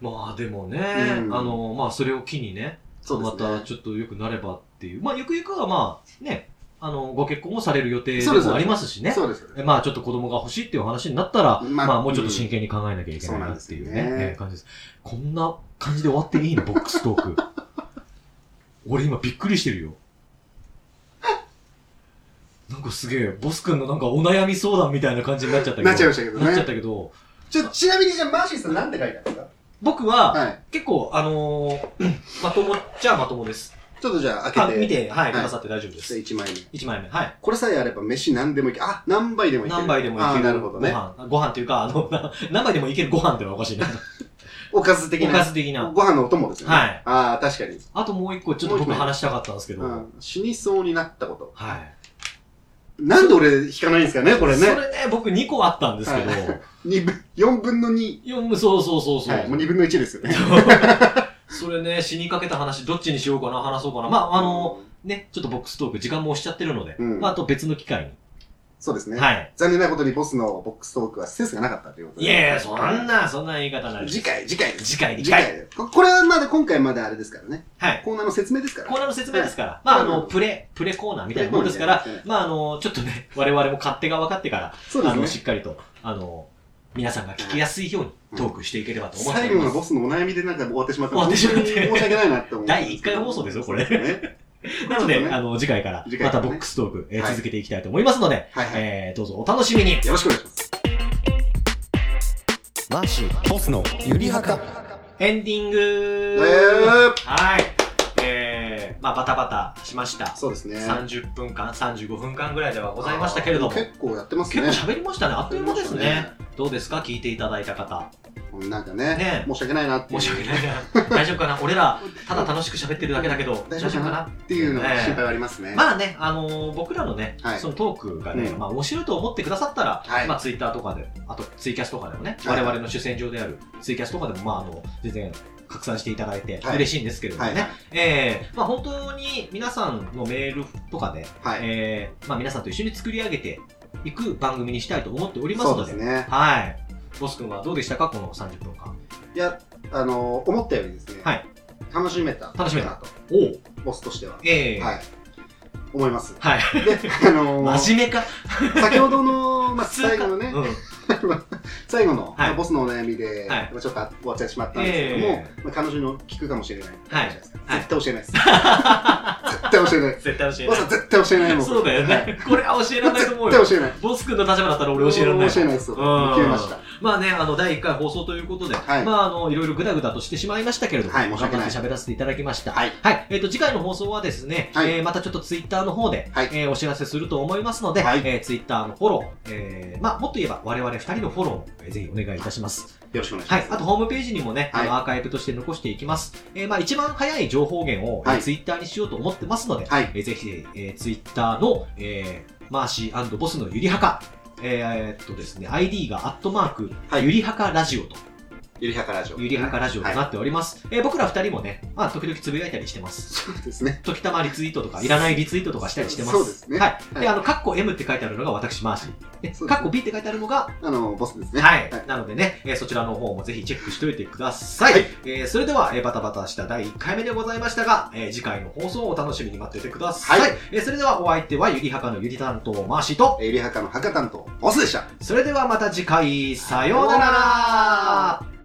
Speaker 2: まあでもね、
Speaker 3: うん
Speaker 2: あの、まあそれを機にね、
Speaker 3: そうですね。
Speaker 2: またちょっと良くなればっていう。まあゆくゆくはまあ、ね、あの、ご結婚もされる予定で
Speaker 3: そうです
Speaker 2: もありますしね。
Speaker 3: そうですよね。
Speaker 2: えまあちょっと子供が欲しいっていう話になったら、ま
Speaker 3: ま
Speaker 2: あ、
Speaker 3: あ
Speaker 2: もうちょっと真剣に考えなきゃいけないなっていうね、
Speaker 3: そうなんですよね
Speaker 2: えー感じです。こんな感じで終わっていいの、ボックストーク。 俺今びっくりしてるよ。なんかすげえ、ボス君のなんかお悩み相談みたいな感じになっちゃったけど。
Speaker 3: なっちゃいましたけど
Speaker 2: なっちゃっ
Speaker 3: ね。
Speaker 2: たけど
Speaker 3: ちょちなみにじゃあマーシーさんなんて書いたんですか
Speaker 2: 僕は、
Speaker 3: はい。
Speaker 2: 結構、あのー うんまともっちゃまともです。
Speaker 3: ちょっとじゃあ
Speaker 2: あ
Speaker 3: 開けて。
Speaker 2: 見て、はい、
Speaker 3: は
Speaker 2: く
Speaker 3: い
Speaker 2: ださって大丈夫で
Speaker 3: じ
Speaker 2: す。
Speaker 3: ゃあ1枚目。
Speaker 2: 1枚目、はい。
Speaker 3: これさえあれば飯何でもいけあ、何杯でもいける。
Speaker 2: 何杯でもい
Speaker 3: あ
Speaker 2: け
Speaker 3: ー
Speaker 2: る
Speaker 3: なるほどね
Speaker 2: ご。飯。ご飯というか、あの、な何杯でもいけるご飯ではおかしいな。
Speaker 3: おかず的
Speaker 2: おか
Speaker 3: な。
Speaker 2: ず的な。
Speaker 3: ご飯のお供ですよね。
Speaker 2: はい
Speaker 3: ああ、確かに。
Speaker 2: あともう一個、ちょっと
Speaker 3: もう
Speaker 2: 僕
Speaker 3: 一個
Speaker 2: 話したかったんですけど。
Speaker 3: うん。死にそうになったこと。
Speaker 2: はい。
Speaker 3: なんで俺引かないんですかね、これ
Speaker 2: そ
Speaker 3: ね。
Speaker 2: れね、僕2個あったんですけど。、
Speaker 3: はい二分、4分の2。
Speaker 2: や、もうそうそうそうそう。
Speaker 3: はい。もう2分の1ですよね。
Speaker 2: それね、死にかけた話、どっちにしようかな、話そうかな。まあ、あの、、ね、ちょっとボックストーク、時間も押しちゃってるので、
Speaker 3: うん
Speaker 2: まあ、あと別の機会
Speaker 3: そうです
Speaker 2: に。
Speaker 3: ね。
Speaker 2: はい。
Speaker 3: 残念なことにボスのボックストークはセンスがなかったということ
Speaker 2: い
Speaker 3: で。
Speaker 2: やいや、そんな、そんな言い方ない。
Speaker 3: 次回、次回です。
Speaker 2: 次回に次
Speaker 3: 次
Speaker 2: 回。
Speaker 3: 回。ここれはまだ今回まだあれですからね。
Speaker 2: はい。
Speaker 3: コーナーの説明ですから。
Speaker 2: コーナーの説明ですから、
Speaker 3: はい
Speaker 2: まあ、あ
Speaker 3: そう
Speaker 2: の、
Speaker 3: なんです
Speaker 2: プレ、プレコーナーみたいなもんですから、
Speaker 3: はい
Speaker 2: まあ、あの、ちょっとね、我々も勝手が分かってから、
Speaker 3: そう
Speaker 2: あの、
Speaker 3: です
Speaker 2: し
Speaker 3: ね。
Speaker 2: っかりと、あの、皆さんが聞きやすいようにトークしていければと思ってお
Speaker 3: 最
Speaker 2: り
Speaker 3: 後
Speaker 2: ま
Speaker 3: の
Speaker 2: す。
Speaker 3: ボスのお悩みでなんか終わってしまった
Speaker 2: 終わってしまって
Speaker 3: 本当に申し訳ないなって思う。
Speaker 2: 第一回放送ですよこれ
Speaker 3: そうですね
Speaker 2: なので、
Speaker 3: ちょっとね
Speaker 2: あの、次回から、
Speaker 3: 次
Speaker 2: ま
Speaker 3: 回か
Speaker 2: た
Speaker 3: らね
Speaker 2: ボックストーク、えー
Speaker 3: はい
Speaker 2: 続けていきたいと思いますので、
Speaker 3: はいはい。
Speaker 2: えーどうぞお楽しみに
Speaker 3: よろしくお願いします。
Speaker 4: マーシーボスのゆりはか
Speaker 2: エンディング
Speaker 3: えー
Speaker 2: はい。えー、まあ、バタバタしました。
Speaker 3: そうですね。
Speaker 2: 30分間、35分間ぐらいではございましたけれども、結
Speaker 3: 結構やってます
Speaker 2: 構
Speaker 3: ね。
Speaker 2: 喋りましたね。あっという間ですね。。どうですか聞いていただいた方。
Speaker 3: なんかね
Speaker 2: ね
Speaker 3: 申し訳ないなっていう
Speaker 2: 申し訳ないな。大丈夫かな俺ら、ただ楽しく喋ってるだけだけど、大
Speaker 3: 大
Speaker 2: 丈
Speaker 3: 丈
Speaker 2: 夫
Speaker 3: 夫
Speaker 2: か
Speaker 3: か
Speaker 2: な
Speaker 3: なっていうのが心配はありますね。
Speaker 2: まあね、あのー僕らのね、
Speaker 3: はい
Speaker 2: そのトークがね、
Speaker 3: うん
Speaker 2: まあ面白いと思ってくださったら、
Speaker 3: はい
Speaker 2: まあツイッターとかで、あとツイキャスとかでもね、
Speaker 3: はい
Speaker 2: 我々の主戦場であるツイキャスとかでも、まああの、全然拡散していただいて
Speaker 3: はい
Speaker 2: 嬉しいんですけれども
Speaker 3: は
Speaker 2: ね、
Speaker 3: いはい
Speaker 2: えーまあ本当に皆さんのメールとかで、
Speaker 3: はい。
Speaker 2: えーまあ皆さんと一緒に作り上げていく番組にしたいと思っております
Speaker 3: そ
Speaker 2: の
Speaker 3: う
Speaker 2: で、
Speaker 3: ですね。
Speaker 2: はい。ボス君はどうでしたかこの30分間。
Speaker 3: いや、あの思ったよりですね。
Speaker 2: はい
Speaker 3: 楽しめた。
Speaker 2: 楽しめた
Speaker 3: と。
Speaker 2: おう
Speaker 3: ボスとしては。
Speaker 2: ええ
Speaker 3: はい。思います。
Speaker 2: はい。
Speaker 3: で、あの
Speaker 2: 真面目か。
Speaker 3: 先ほどの、まあ、
Speaker 2: 普通
Speaker 3: 最
Speaker 2: か。
Speaker 3: 後
Speaker 2: う
Speaker 3: の
Speaker 2: ん
Speaker 3: ね、。は最後の、
Speaker 2: はい
Speaker 3: ボスのお悩みで、
Speaker 2: はい
Speaker 3: ちょっと終わってしまったんですけども、
Speaker 2: え
Speaker 3: まあ、彼女の聞くかもしれない
Speaker 2: はい
Speaker 3: 絶
Speaker 2: はい
Speaker 3: 対教えないです、絶対教えない
Speaker 2: 絶対 教え
Speaker 3: ボスは絶対教えない
Speaker 2: な
Speaker 3: も
Speaker 2: い。
Speaker 3: ん
Speaker 2: そうだよね。これは教えられないと思うよ。
Speaker 3: 絶対教えない
Speaker 2: ボス君の立場だったら俺教えられない。
Speaker 3: 教えないですよ
Speaker 2: うん
Speaker 3: 決めました
Speaker 2: まあね、あの、第1回放送ということで、
Speaker 3: はい
Speaker 2: まあ、あの、いろいろぐだぐだとしてしまいましたけれども、
Speaker 3: はい申し訳ない
Speaker 2: 頑張って喋らせていただきました。
Speaker 3: はい
Speaker 2: えっ、と、次回の放送はですね、
Speaker 3: はい
Speaker 2: えーまたちょっとツイッターの方で、
Speaker 3: はい
Speaker 2: えーお知らせすると思いますので、
Speaker 3: はい
Speaker 2: えーツイッターのフォロー、えーまあ、もっと言えば我々2人のフォローをえーぜひお願いいたします。
Speaker 3: よろしくお願いし
Speaker 2: は
Speaker 3: ま
Speaker 2: い
Speaker 3: す、、
Speaker 2: あとホームページにもね、
Speaker 3: はい
Speaker 2: あのアーカイブとして残していきます。えーまあ、一番早い情報源を、
Speaker 3: はい
Speaker 2: ツイッターにしようと思ってますので、
Speaker 3: はい
Speaker 2: えーぜひ、えー、ツイッターの、えーマーシーボスのゆりはか、えーっとですね、ID がアットマーク、
Speaker 3: はい
Speaker 2: ゆりはかラジオと、
Speaker 3: ゆりはかラジオ
Speaker 2: ゆりはかラジオと
Speaker 3: はい
Speaker 2: なっております。えー僕ら二人もね、まあ、時々つぶやいたりしてます。
Speaker 3: そうですね
Speaker 2: 時たまリツイートとか、いらないリツイートとかしたりしてます。
Speaker 3: そうですね
Speaker 2: はい。
Speaker 3: はい
Speaker 2: で、あの、カッコ M って書いてあるのが私、マーシー。で、
Speaker 3: そ
Speaker 2: カ
Speaker 3: うですね
Speaker 2: ッコ B って書いてあるのが
Speaker 3: あのボスですね
Speaker 2: はい
Speaker 3: はい。
Speaker 2: なのでね、えーそちらの方もぜひチェックしておいてください。
Speaker 3: はい
Speaker 2: えーそれでは、えーバタバタした第1回目でございましたが、えー次回の放送をお楽しみに待っててください。
Speaker 3: はい
Speaker 2: えーそれではお相手はゆりはかのゆり担当マーシーと、
Speaker 3: えーゆりはかの博多担当ボスでした
Speaker 2: それではまた次回、さような
Speaker 3: さような
Speaker 2: ら